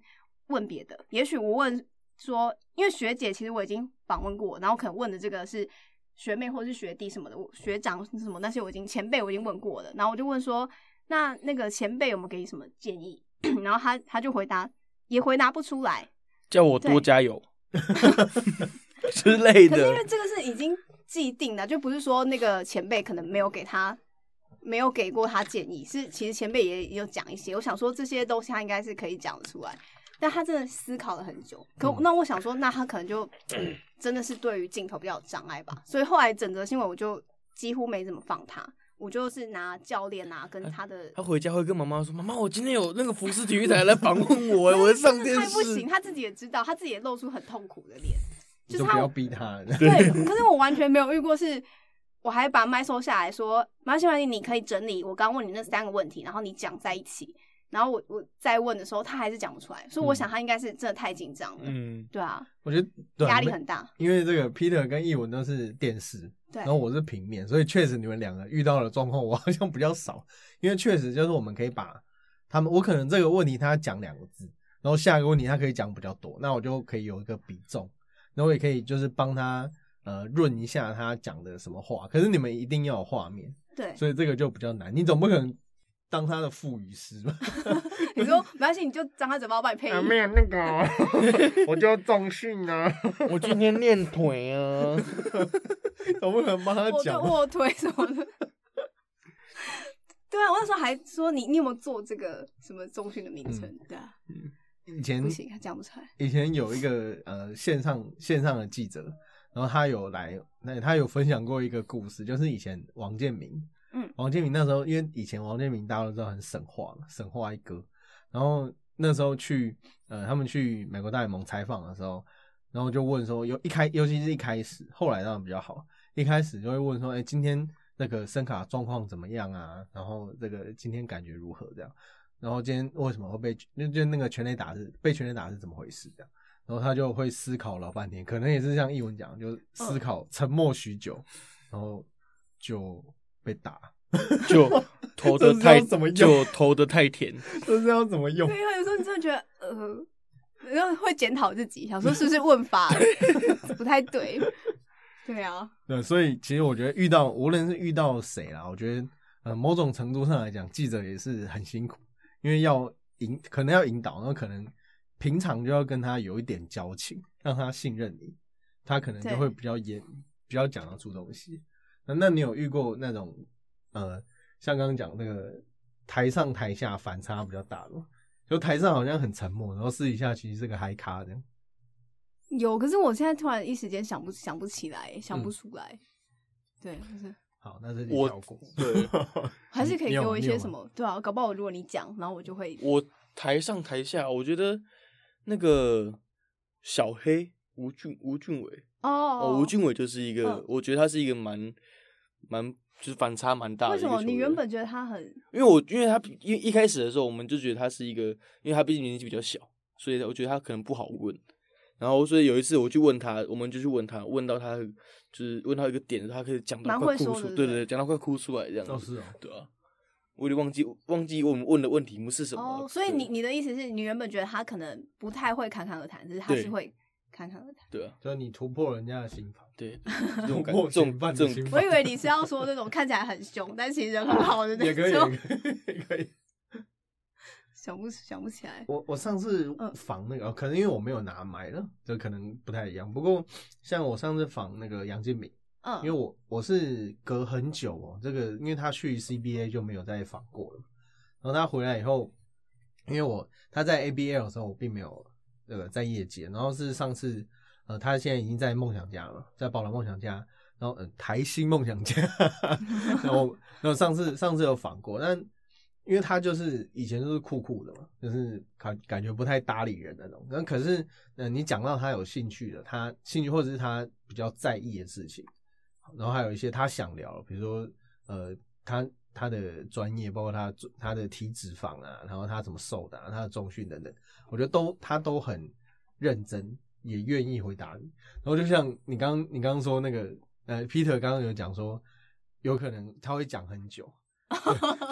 问别的，也许我问说，因为学姐其实我已经访问过，然后可能问的这个是学妹或是学弟什么的，我学长什么那些我已经前辈我已经问过了，然后我就问说，那那个前辈有没有给你什么建议？ 然后他他就回答也回答不出来，叫我对多加油 之类可的。是因为这个是已经既定的，就不是说那个前辈可能没有给他，没有给过他建议，是其实前辈也也有讲一些。我想说这些东西他应该是可以讲得出来，但他真的思考了很嗯久。可、那我想说，那他可能就、嗯真的是对于镜头比较有障碍吧。所以后来整则新闻我就几乎没怎么放他，我就是拿教练啊哎跟他的。他回家会跟妈妈说：“妈妈，我今天有那个福斯体育台来访问我，我在上真的电太不视行，。 他自己也知道，他自己也露出很痛苦的脸，你就是就他不要逼他了。 对，可是我完全没有遇过是，我还把麦收下来说，马西马你可以整理我刚问你那三个问题，然后你讲在一起。然后我我再问的时候，他还是讲不出来，所以我嗯想他应该是真的太紧张了， 嗯，对啊，我觉得对啊压力没很大，因为这个 Peter 跟译文都是电视，对然后我是平面，所以确实你们两个遇到的状况我 好像比较少，因为确实就是我们可以把他们，我可能这个问题他讲两个字，然后下一个问题他可以讲比较多，那我就可以有一个比重，然后我也可以就是帮他呃润一下他讲的什么话，可是你们一定要有画面，对。所以这个就比较难，你总不可能当他的副语师吧？ 你说没关系，你就张开嘴巴，我帮你配音。有那个，我就重训啊，我今天练腿啊，总不可能帮他我对讲吧。卧推什么的。 对啊，我那时候还说你，你有没有做这个什么中训的名称？嗯对啊，以前不行，他讲不出来。以前有一个呃线上线上的记者，然后他有来，那他有分享过一个故事，就是以前王建民，嗯王建民那时候因为以前王建民大家都知道很神话嘛，神话一哥，然后那时候去呃他们去美国大联盟采访的时候，然后就问说有一开，尤其是一开始，后来当然比较好，一开始就会问说，哎、今天那个声卡状况怎么样啊？然后这个今天感觉如何这样？然后今天为什么会被就就那个全垒打是被全垒打是怎么回事这样，然后他就会思考老半天，可能也是像译文讲，就是思考、沉默许久，然后就被打， 就投的这是太要怎么用就投的太甜， 这是要怎么用对？啊，有时候你真的觉得，呃，然后会检讨自己，想说是不是问法 不太对。对啊，对，所以其实我觉得遇到无论是遇到谁啦，我觉得呃某种程度上来讲，记者也是很辛苦，因为要引可能要引导，然后可能平常就要跟他有一点交情，让他信任你，他可能就对会比较严，比较讲得出东西。那那你有遇过那种呃，像刚刚讲那个台上台下反差比较大的吗？就台上好像很沉默，然后私底下其实是个嗨咖这样。有，可是我现在突然一时间想不想不起来，想嗯不出来。对，就是好，那这就我跳过。对还是可以给我一些么？你有什吗么，对啊，搞不好如果你讲，然后我就会我台上台下，我觉得那个小黑吴俊吴俊伟，哦哦，吴俊伟就是一个，嗯我觉得他是一个蛮蛮就是反差蛮啊大的为一个什球员。么你原本觉得他很因为我因为他因为一开始的时候，我们就觉得他是一个，因为他毕竟年纪比较小，所以我觉得他可能不好问。然后所以有一次我去问他，我们就去问他，问到他就是问到一个点，他可以讲到蛮快会哭说出，的对对对，讲到快哭出来这样子。哦是哦对啊，我有点忘记忘记我们问的问题目是什么了。啊哦，所以对你你的意思是你原本觉得他可能不太会侃侃而谈，只是他对是会侃侃而 谈。对啊就是你突破人家的心房。对 这种 感突破这种前半的这种心我房以为你是要说那种看起来很凶，但其实人很好的那也可以， 种， 也可以。想不想不起来。我我上次嗯访那个，哦可能因为我没有拿麦了，这可能不太一样。不过像我上次访那个杨建敏，嗯，因为我我是隔很久哦，这个因为他去 CBA 就没有再访过了。然后他回来以后，因为我他在 ABL 的时候，我并没有呃在业界。然后是上次呃，他现在已经在梦想家了，在宝岛梦想家，然后呃台新梦想家。 然后然后上次上次有访过，但因为他就是以前就是酷酷的嘛，就是感感觉不太搭理人那种。那可是呃，你讲到他有兴趣的，他兴趣或者是他比较在意的事情。然后还有一些他想聊，比如说呃，他他的专业，包括他他的体脂肪啊，然后他怎么瘦的、啊，他的重训等等，我觉得都他都很认真，也愿意回答你。然后就像你刚你刚刚说那个呃，Peter 刚刚有讲说，有可能他会讲 很久，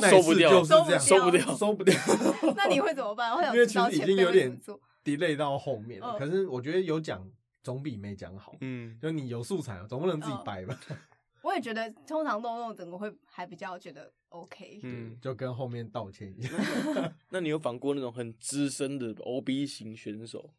那也收不是掉就是收不这掉样收不。掉收不掉 那你会 怎么办？我想因为知其道实已前经辈有会怎点么做 delay 到后面了，嗯可是我觉得有讲总比没讲好。嗯，就你有素材，总不能自己嗯掰吧？ 我也觉得通常都弄整个会还比较觉得 OK。嗯就跟后面道歉 一样。那你有访过那种很资深的 OB 型选手，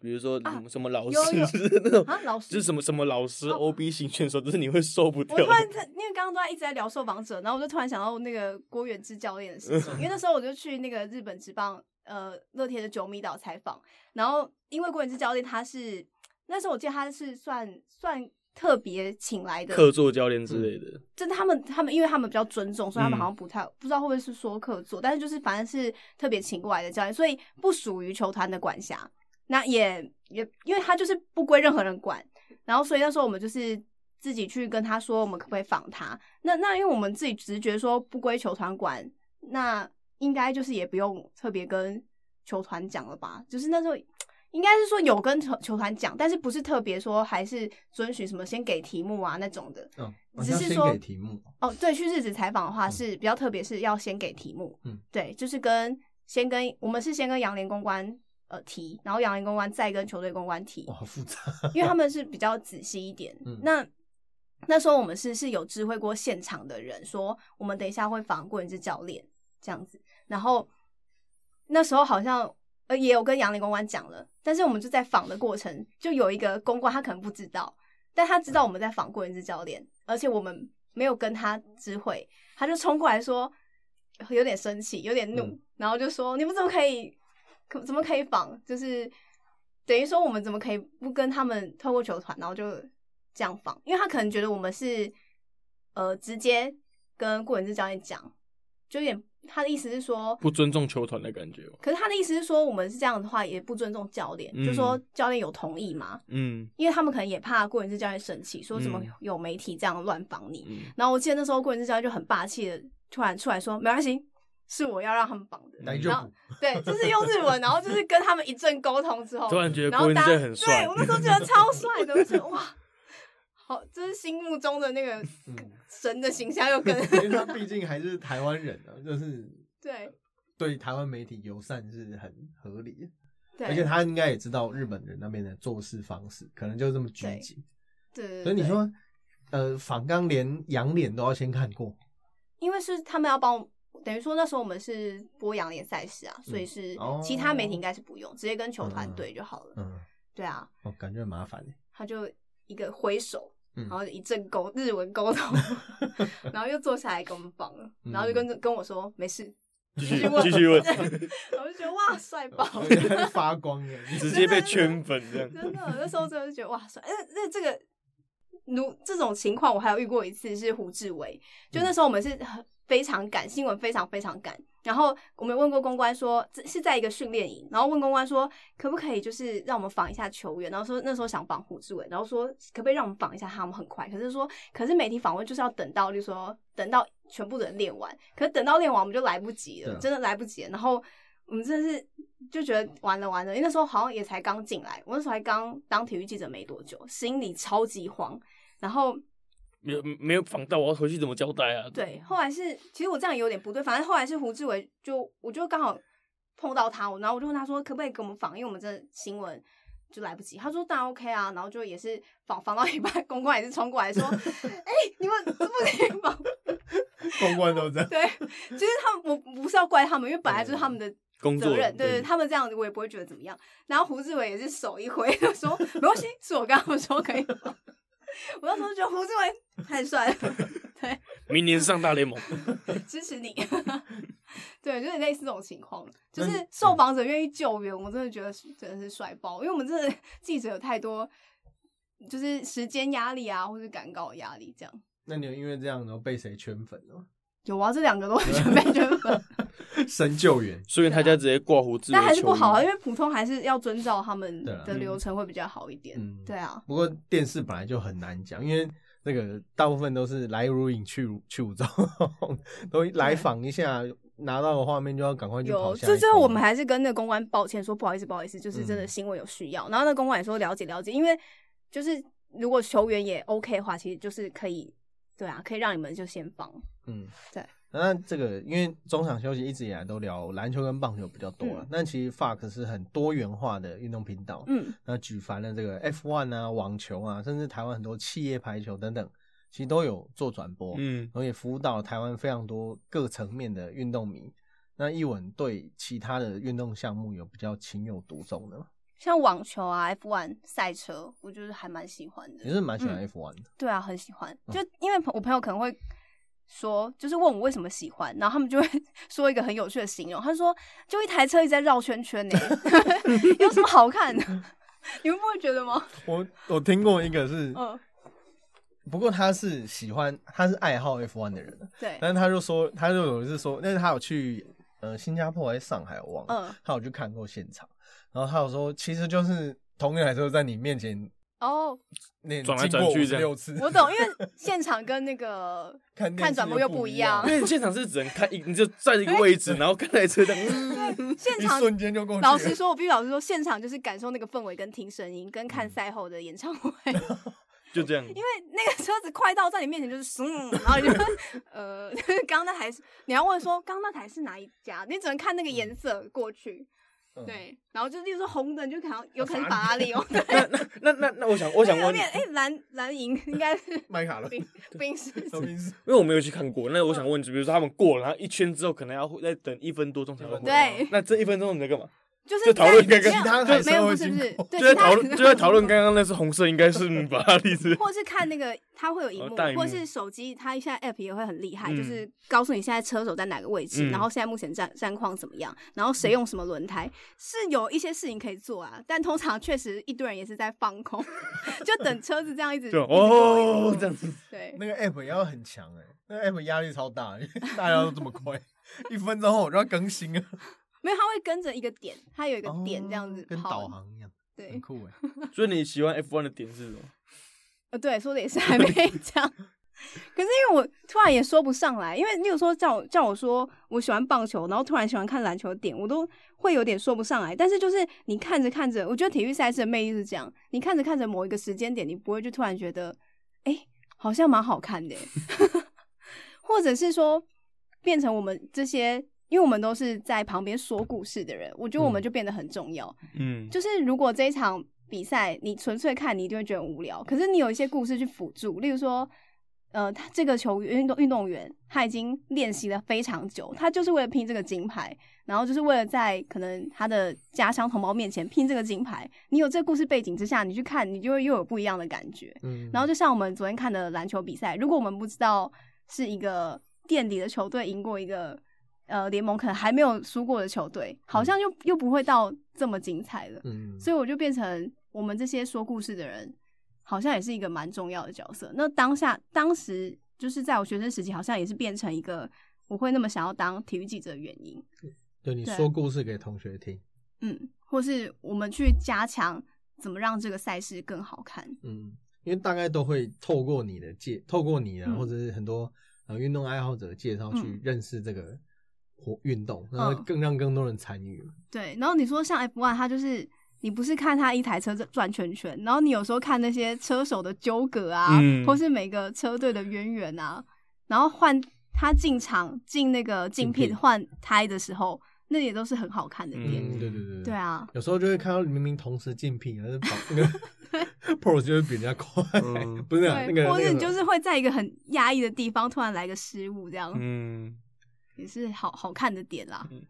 比如说什啊么什么老师 有有就是那种啊，老师就是什么什么老师哦 OB 型选手，就是你会受不掉我突然在，因为刚刚都在一直在聊受访者，然后我就突然想到那个郭远志教练的事情， 因为那时候我就去那个日本职棒呃乐天的九米岛采访，然后因为郭远志教练他是那时候我记得他是算算特别请来的，客座教练之类的。就是他们他们因为他们比较尊重，所以他们嗯好像不太、不知道会不会是说客座，但是就是反正是特别请过来的教练，所以不属于球团的管辖，那也也因为他就是不归任何人管，然后所以那时候我们就是自己去跟他说，我们可不可以访他？那那因为我们自己直觉说不归球团管，那。应该就是也不用特别跟球团讲了吧？就是那时候应该是说有跟球球团讲，但是不是特别说还是遵循什么先给题目啊那种的。嗯，只好像是先说给题目，哦，对，去日子采访的话是比较特别，是要先给题目，嗯，对，就是跟先跟我们是先跟杨联公关呃提，然后杨联公关再跟球队公关提哇，，好复杂，因为他们是比较仔细一点。哦嗯那那时候我们是是有知会过现场的人，说我们等一下会访过一支教练这样子，然后那时候好像。呃，也有跟杨林公关讲了，但是我们就在访的过程，就有一个公关他可能不知道，但他知道我们在访过一支教练，而且我们没有跟他知会，他就冲过来说，有点生气，有点怒，嗯然后就说你们怎么可以，可怎么可以仿？就是等于说我们怎么可以不跟他们透过球团，然后就这样仿？因为他可能觉得我们是呃直接跟顾文志教练讲，就有点他的意思是说不尊重球团的感觉哦。可是他的意思是说，我们是这样的话也不尊重教练，嗯就说教练有同意吗？嗯因为他们可能也怕顾文志教练生气，说怎么嗯有媒体这样乱访你。嗯，然后我记得那时候顾文志教练就很霸气的突然出来说：“没关系，是我要让他们绑的。来嗯就然后补，对，就是用日文，然后就是跟他们一阵沟通之后，突然觉得然郭后文大家正很帅对我，那时候觉得超帅的，我就觉得哇，好，这是心目中的那个嗯神的形象又跟 因为他毕竟还是台湾人啊，就是对对台湾媒体友善是很合理的，对，而且他应该也知道日本人那边的做事方式，可能就这么拘对谨。对对对所以你说，呃，反刚连洋脸都要先看过因为是他们要帮我，等于说那时候我们是播洋联赛事啊，所以是哦其他媒体应该是不用，直接跟球团对就好了。嗯，对啊，我、感觉很麻烦耶。欸他就一个挥手，嗯然后一阵沟日文沟 通，然后又坐下来跟我们访了，嗯然后就跟跟我说没事，继续继续问继续问， 然后就觉得哇帅爆。 发光耶！直接被圈粉这样。真的，那时候真的就觉得哇帅，那那这个如这种情况，我还有遇过一次是胡志伟，就那时候我们是很非常赶，新闻非常非常赶，然后我们问过公关说这是在一个训练营，然后问公关说可不可以就是让我们访一下球员，然后说那时候想访胡志伟，然后说可不可以让我们访一下他我们很快，可是说可是媒体访问就是要等到就是说等到全部的人练完，可是等到练完我们就来不及了，对啊真的来不及了，然后。我们真的是就觉得完了完了，因为那时候好像也才刚进来，我那时候还刚当体育记者没多久，心里超级慌。然后没有没有防到，我要回去怎么交代啊？对，后来是其实我这样有点不对，反正后来是胡志伟就我就刚好碰到他，我然后我就问他说可不可以给我们访，因为我们这新闻。就来不及，他说当然 OK 啊，然后就也是访访到一半，公关也是冲过来 说，哎、你们这不可以访？公关都这样，对，其实他们我不是要怪他们，因为本来就是他们的工作责任，对对，对他们这样子我也不会觉得怎么样。然后胡志伟也是手一挥，就说没关系，是我跟他们说可以吗。 我那时候觉得胡志伟太帅了，明年上大 联盟，支持你。 对，就是类似这种情况，就是嗯受访者愿意救援，我真的觉得是真的是帅爆，因为我们真的 记者有太多，就是时间压力啊，或是赶稿压力这样。那你有因为这样然后被谁圈粉哦 了吗？有啊，这两个都 完全被圈 粉，神救援，所以他家直接挂胡志伟但球衣。还是不好啊，因为普通还是要遵照他们对啊的流程会比较好一点。嗯对啊，不过电视本来就很难讲，因为那个大部分都是来如影去如去无踪， 都来访一下，拿到的画面就要赶快去跑有，下一个。就最后我们还是跟那个公关抱歉说不好意思，不好意思，就是真的嗯新闻有需要。然后那公关也说了解了解，因为就是如果球员也 OK 的话，其实就是可以，对啊，可以让你们就先放。嗯，对。那这个因为中场休息一直以来都聊篮球跟棒球比较多了，嗯但其实 Fox 是很多元化的运动频道，嗯，那举凡了这个 F1 啊、网球啊，甚至台湾很多企业排球等等，其实都有做转播，嗯然，后也服务到台湾非常多各层面的运动迷。那一文对其他的运动项目有比较情有独钟的吗，像网球啊、F1 赛车，我就是还蛮喜欢也的。是嗯蛮喜欢嗯 F1 的。对啊，很喜欢。就因为朋我朋友可能会说，就是问我为什么喜欢，然后他们就会 说一个很有趣的形容，他说就一台车一直在绕圈圈呢、 有什么好看的？ 你们不会觉得 吗？我我听过一个是，嗯，不过他是喜欢，他是爱好 F1 的人，对，但是他就说，他就有一次说，但是他有去呃新加坡还是上海，我忘了，嗯。他有去看过现场，然后他有说，其实就是同一台车在你面前哦，那转来经转过去这样六次，我懂，因为现场跟那 个看看转播又不不一样因为现场是只能看一，你就站一个 位置，然后看台车这样。嗯现一场，瞬间就过去了。老实说，我必须老实说，现场就是感受那个氛围跟听声音，跟嗯看赛后的演唱会， 因为 就这样。那个车子快到在你面前就是嗯，然后你 就呃， 刚刚那台是你要问说刚刚那台是哪一家，你只能看那个颜色过去，嗯，对，然后就例如说红的，你就可能有可能是 法拉利哦，对，那那那，我想我想后问，因面哎蓝蓝银应该是 麦卡伦，冰冰室，什么意思？为我没有去看过，嗯那我想问，比如说他们过了，然后一圈之后，可能要再等一分多钟才会回来。对，那这一分钟你在干嘛？就是就讨论在没有其他刚刚台车没有会不是不经是，对，就其在他讨论，就在讨论刚刚那是红色，应该是嗯法 拉利是不是。或是看那个，它会有荧哦幕，大荧幕或是手机，它现在 app 也会很厉害，嗯就是告诉你现在车手在哪个位置，嗯然后现在目前战战况怎么样，然后谁用什么轮胎，是有一些事情可以做啊。但通常确实一堆人也是在放空， 就等车子这样一直就一直过哦这样子，对，那个 app 也要很强哎、那个 app 压力超大，因为大家都这么快，一分钟后我就要更新啊，没有，它会跟着一个点，它有一个点这样子哦跟跑导。航一样，很对，酷哎、 所以你喜欢 F1 的点是什么？呃，对，说的也是还没 讲。可是因为我突然也说不上来，因为例如说叫我叫我说我喜欢棒球，然后突然喜欢看篮球的点，我都会有点说不上来。但是就是你看着看着，我觉得体育赛事的魅力是这样，你看着看着某一个时间点，你不会就突然觉得，哎、好像蛮好看的欸， 或者是说变成我们这些，因为我们都是在旁边说故事的人，我觉得我们嗯就变得很重要。嗯，就是如果这一场比赛你纯粹看，你一定会觉得很无聊。可是你有一些故事去辅助，例如说，呃，他这个球员运动运动员他已经练习了非常久，他就是为了拼这个金牌，然后就是为了在可能他的家乡同胞面前拼这个金牌。你有这个故事背景之下，你去看，你就会又有不一样的感觉。嗯然后就像我们昨天看的篮球比赛，如果我们不知道是一个垫底的球队赢过一个呃联盟可能还没有输过的球队，好像又又不会到这么精彩了。嗯所以我就变成我们这些说故事的人，好像也是一个蛮重要的角色。那当下当时就是在我学生时期，好像也是变成一个我会那么想要当体育记者的原因。对你对啊说故事给同学听，嗯，或是我们去加强怎么让这个赛事更好看。嗯，因为大概都会透过你的介，透过你啊，嗯或者是很多呃运动爱好者的介绍去嗯认识这个活运动，然后更让更多人参与嘛。对，然后你说像 F1，它就是。你不是看它一台车转圈圈，然后你有时候看那些车手的纠葛啊，嗯或是每个车队的渊源啊，然后换他进场进那个竞竞聘聘换胎的时候，那也都是很好看的点。嗯，对对对对。啊，有时候就会看到明明同时竞聘，然后跑那个 p o r s 就会比人家快， 嗯不是啊那个，或那者个你就是会在一个很压抑的地方突然来个失误，这样、嗯，也是好好看的点啦。嗯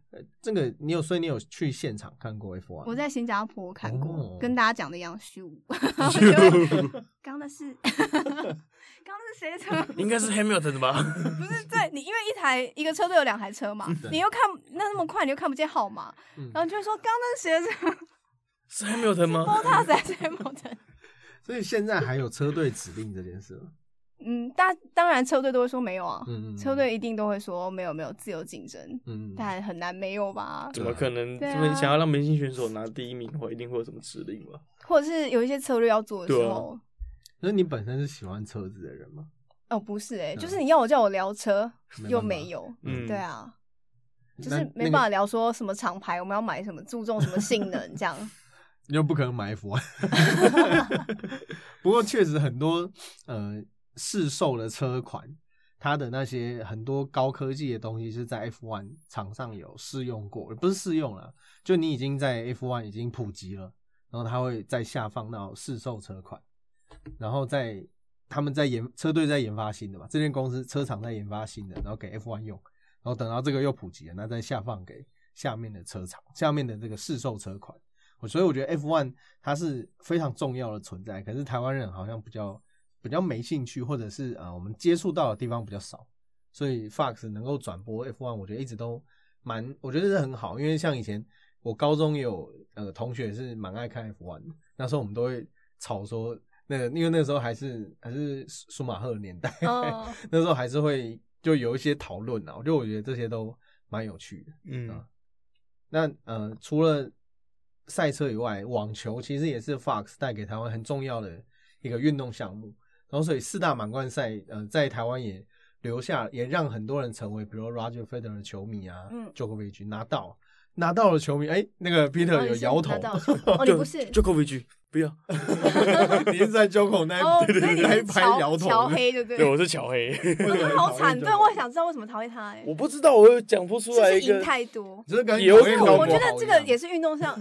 这个你有，所以你有去现场看过嗯 F1？我在新加坡看过，哦跟大家讲的一样虚 无。就刚那是， 刚那是谁的车？应该是 Hamilton 吧？不是对你，因为一台一个车队有两台车嘛，你又看那那么快，你又看不见号码，嗯然后你就会说刚那是谁的车 是 Hamilton 吗？ ？Bottas 还是 Hamilton？所以现在还有车队指令这件事吗？ 嗯，大当然车队都会说没有啊，嗯，嗯车，队一定都会说没有没有自由竞争，嗯，但很难没有吧？怎么可能？对啊他们想要让明星选手拿第一名的话，一定会有什么指令吧？或者是有一些策略要做的对时啊候，那你本身是喜欢车子的人吗？哦，不是哎、嗯就是你要我叫我聊车没又办法嗯没有，嗯对啊，就那是没办法，聊说什么厂牌，我们要买什么，注重什么性能 这样。那个又不可能买 F 1不过确实很多呃市售的车款，它的那些很多高科技的东西是在 F 1场上有试用过，不是试用了，就你已经在 F 1已经普及了，然后它会在下放到市售车款，然后在他们在研车队在研发新的嘛，这间公司车厂在研发新的，然后给 F 1用，然后等到这个又普及了，那再下放给下面的车厂，下面的这个市售车款。我所以我觉得 F1 它是非常重要的存在，可是台湾人好像比较比较没兴趣，或者是呃我们接触到的地方比较少，所以 Fox 能够转播 F1，我觉得一直都蛮，我觉得是很好，因为像以前我高中也有呃同学是蛮爱看 F1，的那时候我们都会吵说。那个，因为那时候还是还是舒舒马赫的年代，嗯，那时候还是会就有一些讨论啊，我哦就我觉得这些都蛮有趣的。嗯那呃，除了赛车以外，网球其实也是 Fox 带给台湾很重要的一个运动项目。然后，所以四大满贯赛，呃，在台湾也留下，也让很多人成为，比如 Roger Federer 的球迷啊，嗯 j o k o v i c 拿到拿到了球迷，哎，那个 Peter 有摇头，哦，你不是 j o k o v i c 不要， 你 是在 j o k o 那哦，一所以你那一是排乔摇头乔 的，黑，对不对，对？我是乔黑，我觉得好惨，对，我也想知道为什么讨厌他，哎，我不知道，我讲不出是不来是一赢个。太多？就是跟也有讨厌可老能我国觉豪得这一个样也是运动 上，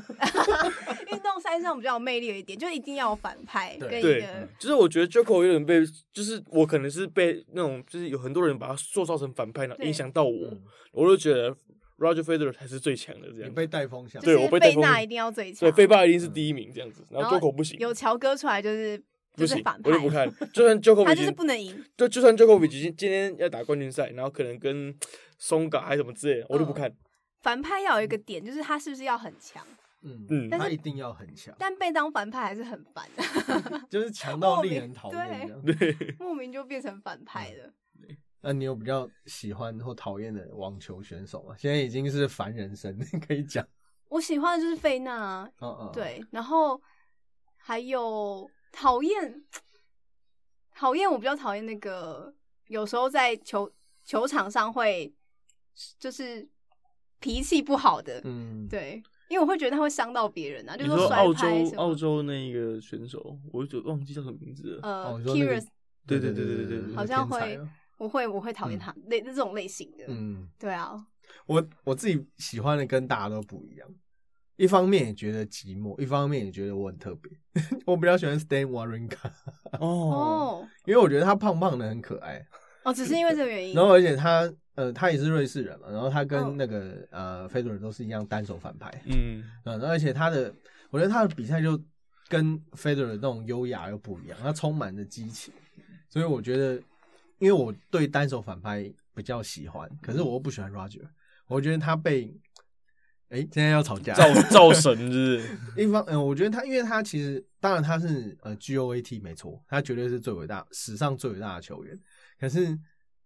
运动赛上比较有魅力的一点，就是一定要有反派对跟一对嗯个就是我觉得 j o k o 有点被，就是我可能是被那种，就是有很多人把他塑造成反派，然后对影响到我，嗯我就觉得 Roger Federer 才是最强的这也样。被带风向，就对我是被贝带风纳一定要最强嗯对，，费霸一定是第一名这样子，然后 j o k o 不行，有乔哥出来就是不就是行，反我派就，不看。 就算 j o k o 他已就是经不能赢。对，就算 Djokovic 今今天要打冠军赛，然后可能跟松嘎还是什么之类的，我都嗯不看。反派要有一个点，就是他是不是要很强？嗯嗯，嗯但他是一定要很 强，但被当反派还是很 烦，就是强到令人讨莫厌名这样。莫名就变成反派嗯了。那你有比较喜欢或讨厌的网球选手吗？现在已经是凡人生， 可以讲。我喜欢的就是费纳啊，嗯嗯，，对，然后还有讨厌，讨厌我比较讨厌那个有时候在球球场上会就是脾气不好的，嗯，对，因为我会觉得他会伤到别人啊，就你是说摔澳拍洲什澳么，洲那个选手，我就忘记叫什么名字了。呃哦你说那个 p i r s 对对对对对对好像天才会啊我会我会讨厌他类这种类型的，嗯，对啊，我我自己喜欢的跟大家都不一样。一方面也觉得寂寞，一方面也觉得我很特别。 我比较喜欢 Stan Wawrinka，哦，哦因为我觉得他胖胖的很可爱，哦，只是因为这个原因，然后而且他呃他也是瑞士人嘛，然后他哦跟那个、呃费德勒都是一样单手反拍，嗯，嗯，而且他的，我觉得他的比赛就跟 Federer 那种优雅又不一样，他充满着激情，所以我觉得，因为我对单手反拍比较喜欢，可是我又不喜欢 Roger，我觉得他被，哎、今天要吵架，造造神是不 是？一方，嗯、我觉得他，因为他其实当然他是呃 GOAT 没错，他绝对是最伟大、史上最伟大的球员。可是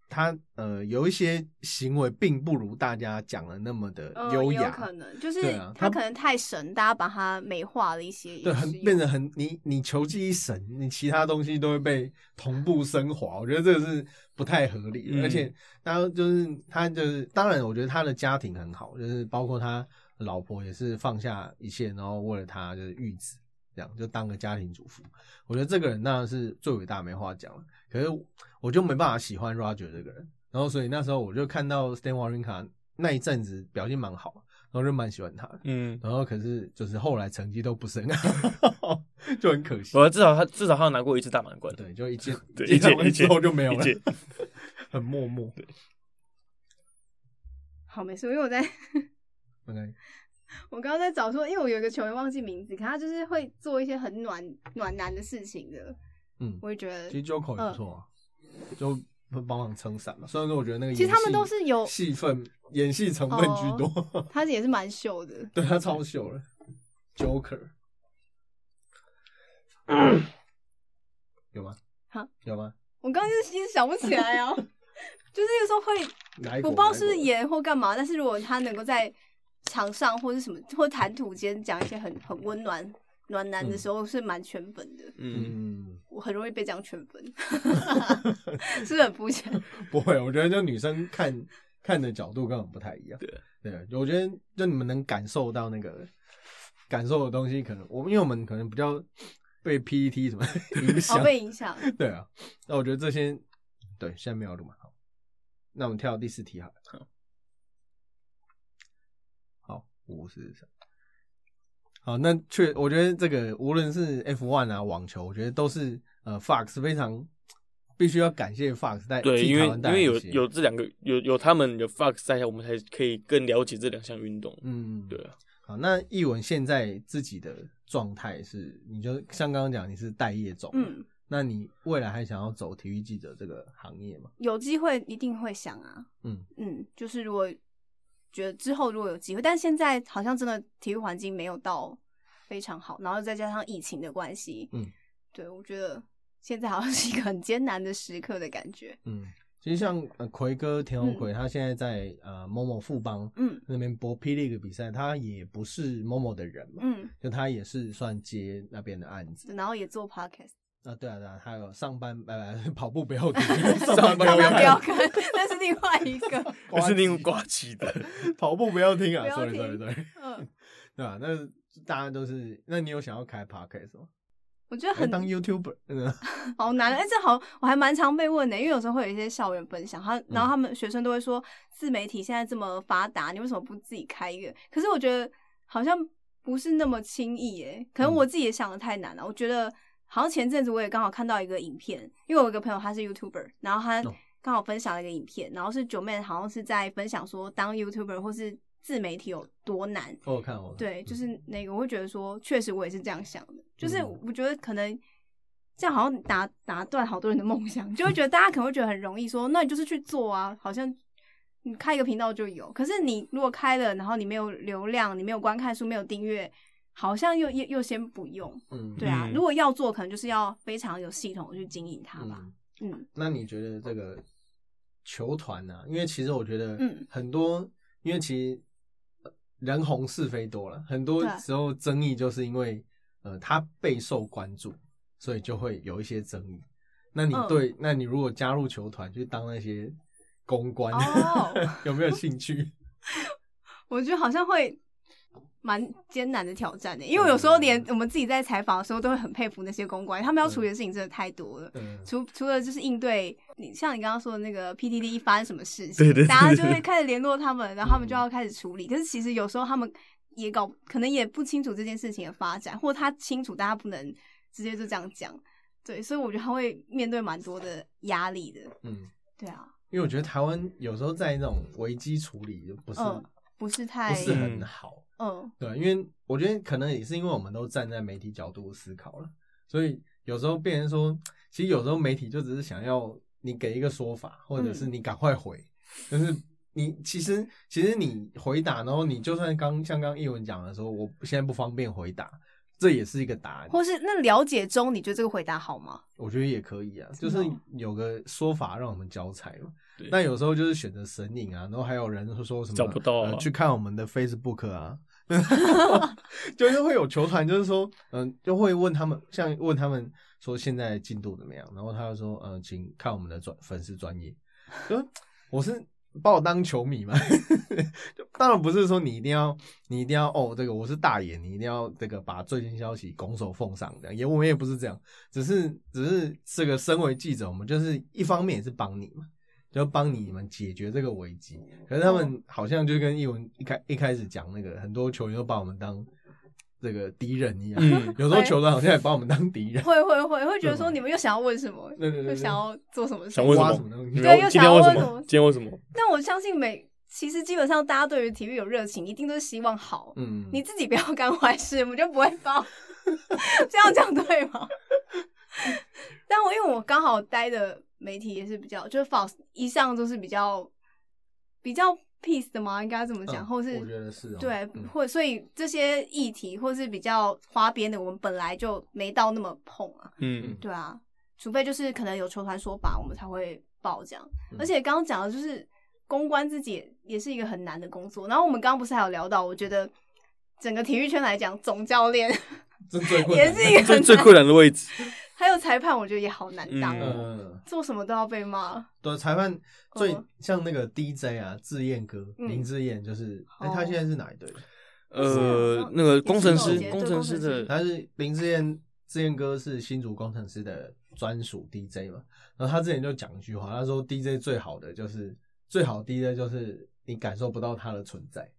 他呃有一些行为并不如大家讲的那么的嗯，优也有雅，可能就是对啊他他可能太神，大家把他美化了一些，对，也很是有变得很你你球技一神，你其他东西都会被同步升华，我觉得这个是不太合理的。嗯而且当然就是他就是当然，我觉得他的家庭很好，就是包括他老婆也是放下一切，然后为了他就是育子，这样就当个家庭主妇。我觉得这个人当然是最伟大，没话讲了。可是我就没办法喜欢 Roger 这个人，然后所以那时候我就看到 Stan Wawrinka 那一阵子表现蛮好，然后就蛮喜欢他的。 嗯，然后可是就是后来成绩都不是很好， 就很可惜。我至少他至少他有拿过一次大满贯。对，就一届 对一届一届一届之后就没有了一届，很默默。好没事，因为我在 OK，我刚刚在找说，因为我有一个球员忘记名字，可他就是会做一些很暖暖男的事情的，嗯，我就觉得其实 Joko 也不错、啊，就帮忙撑伞嘛。虽然说我觉得那个嗯其实他们演戏都是有哦戏份、演戏成分居多，他也是蛮秀的。 对他超秀了，Joker 有吗？好，有吗？我刚刚就是其实想不起来啊，就是有时候会哪一我国不知道是不是哪一国演或干嘛，但是如果他能够在场上或是什么或谈吐间讲一些很很温暖暖男的时候，是蛮圈粉的。嗯，嗯，我很容易被这样圈粉，是不是很肤浅。 不会，我觉得就女生看看的角度根本不太一样。对对，我觉得就你们能感受到那个 感受的东西，可能我们因为我们可能比较被 PET 什么影好响，哦被影响。对啊。那我觉得这些对现在没有录嘛，好，那我们跳到第四题好了。好，五十三。好，那确我觉得这个无论是 F1 啊网球，我觉得都是呃 Fox 非常必须要感谢 Fox 带对，替因为台湾带因为来有一些有这两个有有他们有 Fox 在，我们才可以更了解这两项运动。嗯对啊，好，那艺文现在自己的状态是，你就像刚刚讲，你是待业中，嗯，那你未来还想要走体育记者这个行业吗？有机会一定会想啊。嗯嗯，就是如果觉得之后如果有机会，但现在好像真的体育环境没有到非常好，然后再加上疫情的关系，嗯，对我觉得现在好像是一个很艰难的时刻的感觉。嗯，其实像呃奎哥田宏奎，他现在在呃某某富邦嗯那边播 P League 比赛，他也不是某某的人嘛，嗯，就他也是算接那边的案子。然后也做 podcast，啊，对啊对啊，还有上班呃 跑步不 要停，上班不要不要看，那是另外一个，我 是另挂起的， 跑步不要听啊不要，sorry 听 sorry sorry，嗯，对吧、那大家都是，那你有想要开 podcast 吗？我觉得还很当 YouTuber，嗯， 好难，哎、这好，我还蛮常被问的、因为有时候会有一些校园分享，他然后他们学生都会说，自媒体现在这么发达，你为什么不自己开一个？可是我觉得好像不是那么轻易、诶，可能我自己也想的太难了。我觉得好像前阵子我也刚好看到一个影片，因为我有一个朋友他是 YouTuber，然后他哦刚好分享了一个影片，然后是九妹好像是在分享说当 YouTuber 或是自媒体有多难，我有看我有看对，就嗯是那个，我会觉得说，确实我也是这样想的，就是嗯我觉得可能这样好像打打断好多人的梦想，就会觉得大家可能会觉得很容易说，那你就是去做啊，好像你开一个频道就有。可是你如果开了，然后你没有流量，你没有观看数，没有订阅，好像又又又先不用。嗯对啊，嗯如果要做，可能就是要非常有系统的去经营它吧。嗯嗯那你觉得这个球团呢、因为其实我觉得嗯很多，因为其实呃人红是非多了，很多对时候争议就是因为呃他备受关注，所以就会有一些争议。那你嗯对，那你如果加入球团去当那些公 关，哦有没有兴趣？我觉得好像会蛮艰难的挑战的，因为有时候连我们自己在采访的时候都会很佩服那些公关，他们要处理的事情真的太多了。嗯，除除了就是应对你像你刚刚说的那个 PTD 一发生什么事情，对对对大家就对会开始联络他们，然后他们嗯就要开始处理。可是其实有时候他们也搞可能也不清楚这件事情的发展，或他清楚，但他不能直接就这样讲。对，所以我觉得他会面对蛮多的压力的。嗯，对啊，因为我觉得台湾有时候在那种危机处理就不是、嗯，不是太不是很嗯好。嗯对，因为我觉得可能也是因为我们都站在媒体角度思考了，所以有时候变成说，其实有时候媒体就只是想要你给一个说法，或者是你赶快回，就是你其实其实你回答，然后你就算刚像刚译文讲的时候，我现在不方便回答，这也是一个答案，或是那了解中，你觉得这个回答好吗？我觉得也可以啊，就真是的哦有个说法让我们交差嘛。对那有时候就是选择神隐啊，然后还有人会说什么找不到啊呃去看我们的 Facebook 啊， 就是会有球团，就是说，嗯、就会问他们，像问他们说现在进度怎么样，然后他就说，嗯、请看我们的专粉丝专业，就是 我是把我当球迷嘛， 就当然不是说你一定要，你一定要哦，这个我是大爷，你一定要这个把最新消息拱手奉上这样，也我们也不是这样，只是只是这个身为记者，我们就是一方面也是帮你嘛，就帮你们解决这个危机。可是他们好像就跟译文一开一开始讲那个，很多球员都把我们当这个敌人一样，嗯，有时哎候球员好像也把我们当敌 人。会会会会觉得对说吧你们又想要问什么，对对对又对，想要做什么事想情问什挖么什么东你西？对要又今想天为要什问什么么？今天为什么？但我相信每其实基本上大家对于体育有热情，一定都是希望好。嗯，你自己不要干坏事，我们就不会 报。这样讲对吗？但我因为我刚好待的媒体也是比较，就是 Fox 一向都是比较比较 peace 的嘛，应该这么讲，嗯或是我觉得是哦对嗯，或所以这些议题或是比较花边的，我们本来就没到那么碰啊。嗯，对啊，除非就是可能有球团说法，我们才会报这样。嗯而且刚刚讲的就是公关自己也也是一个很难的工作。然后我们刚刚不是还有聊到，我觉得整个体育圈来讲，总教练这最困也难的是一个最很最难，困难的位置，还有裁判，我觉得也好难当哦，嗯，做什么都要被骂。对，裁判最嗯像那个 DJ 啊，志燕哥嗯林志燕，就是哎，哦他现在是哪一队？是呃啊，那个也工是程保师洁，工对程工师程师的，他是林志燕，志燕哥是新竹工程师的专属 DJ 嘛。然后他之前就讲一句话，他说 DJ 最好的就是最好的 DJ 就是你感受不到他的存在。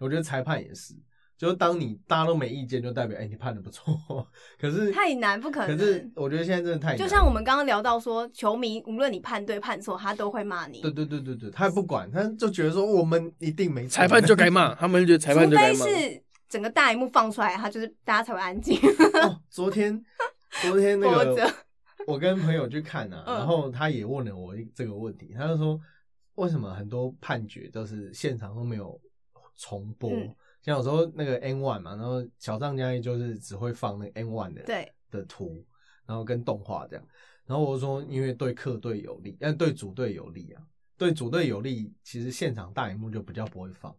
我觉得裁判也是，就是当你大家都没意见，就代表哎、你判的不错。可是太难不可能是我觉得现在真的太难了，就像我们刚刚聊到说，球迷无论你判对判错，他都会骂你对。对对对对，他不管，他就觉得说我们一定没错裁判就该骂，他们觉得裁判除就该非骂。是整个大荧幕放出来，他就是大家才会安静。 哦，昨天昨天那波个折我跟朋友去看啊，嗯然后他也问了我一这个问题，他就说为什么很多判决都是现场都没有重播？嗯像有时候那个 N one 嘛，然后小张家也就是只会放那 N one 的对，的图，然后跟动画这样。然后我就说，因为对客队有利，但对主队有利啊，对主队有利，其实现场大荧幕就比较不会放，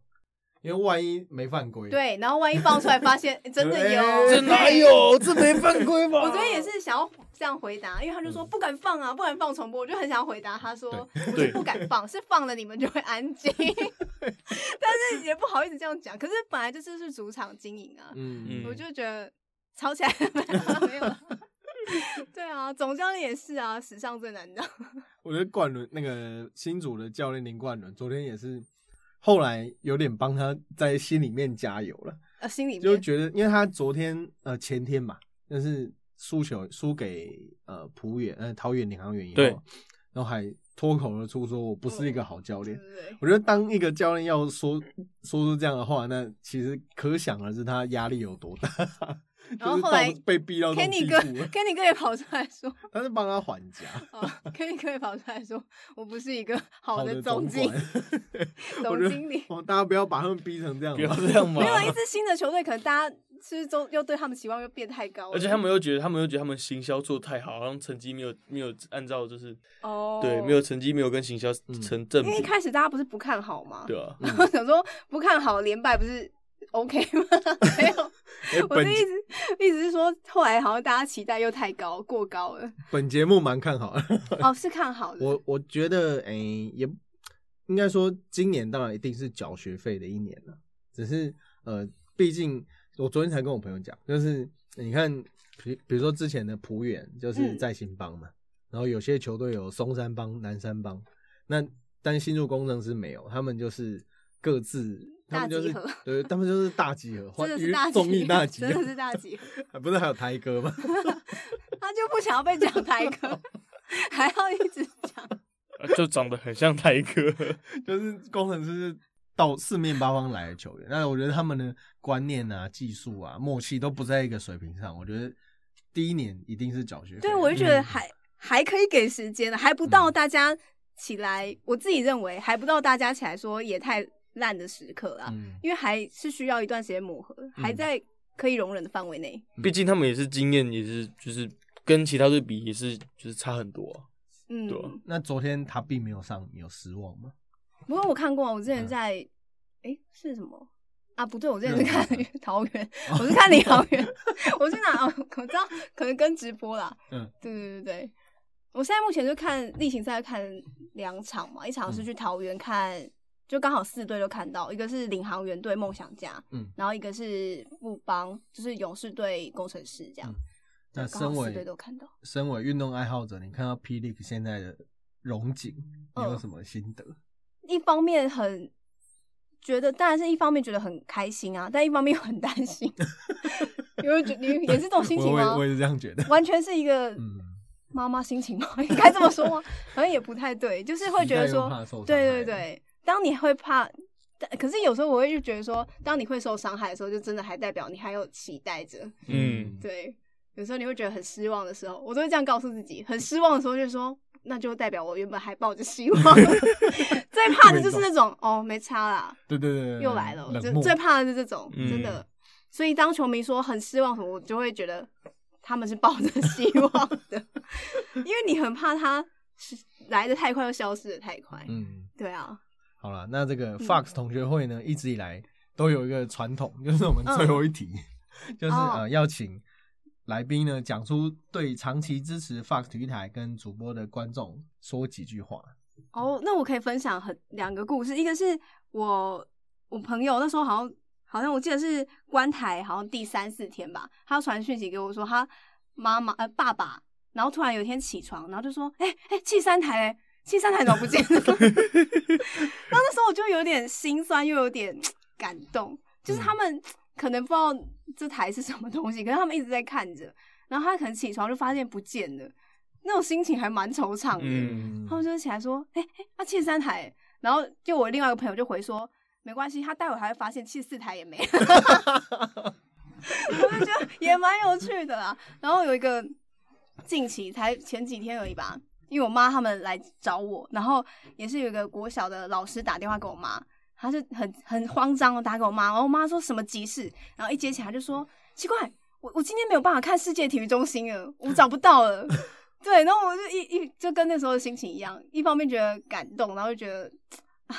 因为万一没犯规，， 对，然后万一放出来发现诶真的有哎，这对哪？有？这没犯规吧？我昨天啊也是想要这样回答，因为他就嗯说不敢放啊，不敢放重播，我就很想回答他说不对是不敢放，是放了你们就会安静， 但是也不好意思这样讲。可是本来这就是主场经营啊，嗯我嗯就觉得吵起来没有啊。 对啊，总教练也是啊，史上最难的。我觉得冠伦那个新组的教练林冠伦昨天也是，后来有点帮他在心里面加油了，呃，心里就面觉得因为他昨天呃前天嘛，但是输球输给呃浦远呃桃园领航员以后对，然后还脱口而出说我不是一个好教对练。不对？我觉得当一个教练要说说出这样的话，那其实可想而知他压力有多大，然 就后是后到来被逼到这种 Kenny 地哥步了。 ，Kenny 哥也跑出来说，他是帮他缓夹，哦，Kenny 哥也跑出来说，我不是一个好好的的总经管我觉总得经理。哦，大家不要把他们逼成这样 不要嘛。这样嘛 没！有啊， 一支新的球队，可能大家是不是都又对他们期望又变太高了，而且他们又觉得，他们又觉得他们行销做得太好，好像成绩没有没有按照就是哦，对没有成绩没有跟行销嗯成正因为一比，开始大家不是不看好吗？对啊， 我想说不看好连败不是 OK 吗？ 没有，哎我本的意思 意思是说，后来好像大家期待又太高，过高 了。本节目蛮看好的， 哦，是看好的。我我觉得诶、也应该说今年当然一定是缴学费的一年了，只是呃，毕竟我昨天才跟我朋友讲，就是你看，比比如说之前的浦远就是嗯在新邦嘛，然后有些球队有松山帮、南山帮，那但新入工程师没有，他们就是各自。他们就大集是合对，他们就是大集合， 真的与是大集综艺大集合，真的是大集合， 不是还有台哥吗？他就不想要被讲台 哥，还要一直讲。啊就长得很像泰哥，就是工程师是到四面八方来的球员，那我觉得他们的观念啊、技术啊、默契都不在一个水平上。我觉得第一年一定是缴学费，对，我就嗯觉得还还可以给时间的，啊还不到大家起来，我自己认为还不到大家起来说也太烂的时刻啊，嗯，因为还是需要一段时间磨合，还在可以容忍的范围内。 毕竟他们也是经验，也是就是跟其他队比也是就是差很多啊。嗯，对啊那昨天他并没有上，你有失望吗？不过我看过啊，我之嗯前在，诶，是什么？啊，不对，我之前是看嗯桃园，我是看李桃园，我是哪？我知道，可能跟直播啦。嗯，对对对对，我现在目前就看例行赛看两场嘛，一场嗯是去桃园看，就刚好四队都看到，一个是领航员队梦想家，嗯然后一个是富邦，就是勇士队工程师这样嗯。那刚好身四队为都看到，身为运动爱好者，你看到霹雳现在的荣景，你有嗯什么心得？一方面很觉得，当然是一方面觉得很开心啊，但一方面又很担心， 因为觉你 也是这种心我情我也吗我？也是这样觉得，完全是一个嗯，妈妈心情吗？ 应该这么说吗？好像也不太对，就是会觉得期待又怕说，受伤对对害对，当你会怕。但可是有时候我会就觉得说，当你会受伤害的时候，就真的还代表你还有期待着。嗯，对，有时候你会觉得很失望的时候，我都会这样告诉自己，很失望的时候就说，那就代表我原本还抱着希 望。最怕的就是那种哦，没差啦，对对对，对又来了，冷就漠最怕的是这种，嗯真的。所以当球迷说很失望什么，我就会觉得他们是抱着希望的， 因为你很怕他是来的太快又消失的太快。嗯。对啊，好了，那这嗯个 Fox 同学会呢，一直以来都有一个传统， 就是我们最后一题，就嗯是、哦呃，要请来宾呢讲出对长期支持 Fox 体育台跟主播的观众说几句话。哦，那我可以分享很两个故事，一个是我我朋友那时候好像好像我记得是观台，好像第三四天吧，他传讯息给我说他妈妈呃爸爸，然后突然有一天起床，然后就说哎哎七三台嘞，七三台怎么不见了？ 然后那时候我就有点心酸，又有点感动，就是他们可能不知道这台是什么东西，可是他们一直在看着，然后他可能起床就发现不见了，那种心情还蛮惆怅的。嗯他们就起来说：“哎、哎，啊，七十三台。”然后就我另外一个朋友就回说：“没关系，他待会还会发现七十四台也没。”我就觉得也蛮有趣的啦。然后有一个近期才前几天而已吧，因为我妈他们来找我，然后也是有一个国小的老师打电话给我妈，她就很很慌张的打给我妈，然后我妈说什么急事，然后一接起来就说：“奇怪，我我今天没有办法看世界体育中心了，我找不到了。”对，然后我就一一就跟那时候的心情一样，一方面觉得感动，然后就觉得，啊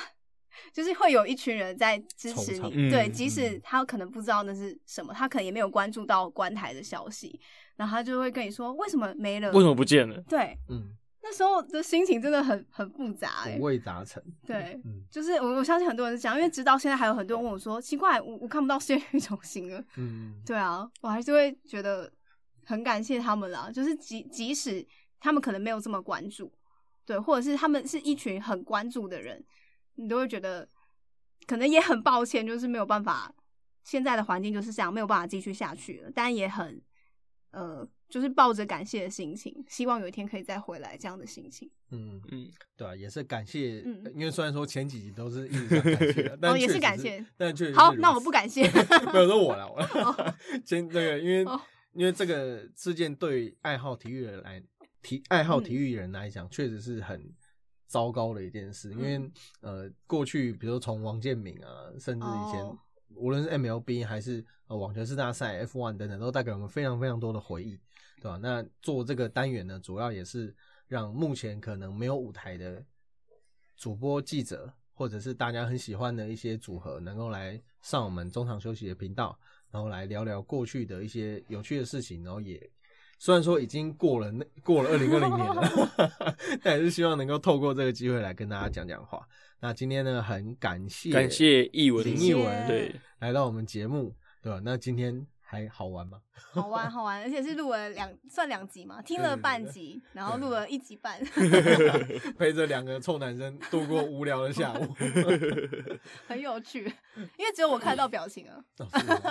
就是会有一群人在支持惆怅你，嗯对，嗯即使他可能不知道那是什么，他可能也没有关注到观台的消息，然后他就会跟你说为什么没了，为什么不见了？对，嗯，那时候的心情真的很很复杂、欸，五味杂陈。对，嗯就是我我相信很多人是这样，因为直到现在还有很多人问我说，奇怪，我我看不到仙女中心了。嗯，对啊，我还是会觉得很感谢他们啦，就是即即使他们可能没有这么关注，对，或者是他们是一群很关注的人，你都会觉得可能也很抱歉，就是没有办法，现在的环境就是这样，没有办法继续下去了，但也很呃，就是抱着感谢的心情，希望有一天可以再回来这样的心情。嗯嗯，对啊，也是感谢，嗯因为虽然说前几集都是一直在感谢啊，但哦也确是实感谢但确实是好，如那我此不感谢。 没有说我了，我 先那个，因为哦因为这个事件对爱好体育的人来体爱好嗯体育人来讲，确实是很糟糕的一件事。因嗯为呃，过去比如说从王建民啊，甚至以前哦无论是 MLB 还是呃网球世大赛、F1 等等，都带给我们非常非常多的回忆，对吧？那做这个单元呢，主要也是让目前可能没有舞台的主播、记者，或者是大家很喜欢的一些组合，能够来上我们中场休息的频道，然后来聊聊过去的一些有趣的事情，然后也。虽然说已经过了那过了二零二零年了， 但也是希望能够透过这个机会来跟大家讲讲话。那今天呢，很感谢感谢译文，林谢奕文对，来到我们节目，对吧？那今天还好玩吗？ 好玩好玩，而且是录了两算两集嘛，听了半集，然后录了一集半。 陪着两个臭男生度过无聊的下午。 很有趣，因为只有我看到表情啊， 哦是吗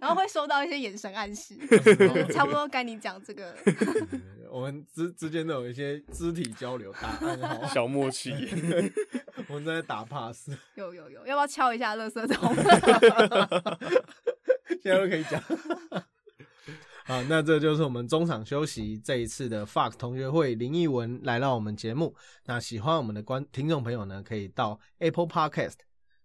然后会收到一些眼神暗示，就是差不多该你讲这个。 我们之之间都有一些肢体交流，打暗号， 小默契，我们在打 pass，有有有，要不要敲一下垃圾桶？现在都可以讲。 好，那这就是我们中场休息这一次的 Fox 同学会，林奕文来到我们节目。那喜欢我们的观听众朋友呢，可以到 Apple Podcast、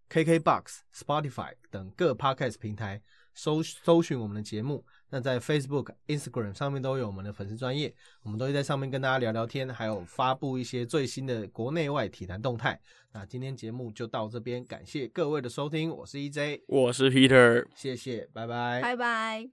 KKBox、Spotify 等各 Podcast 平台搜搜寻我们的节目。那在 Facebook、Instagram 上面都有我们的粉丝专业，我们都会在上面跟大家聊聊天，还有发布一些最新的国内外体坛动态。那今天节目就到这边，感谢各位的收听，我是 EJ，我是 Peter。谢谢，拜拜，拜拜。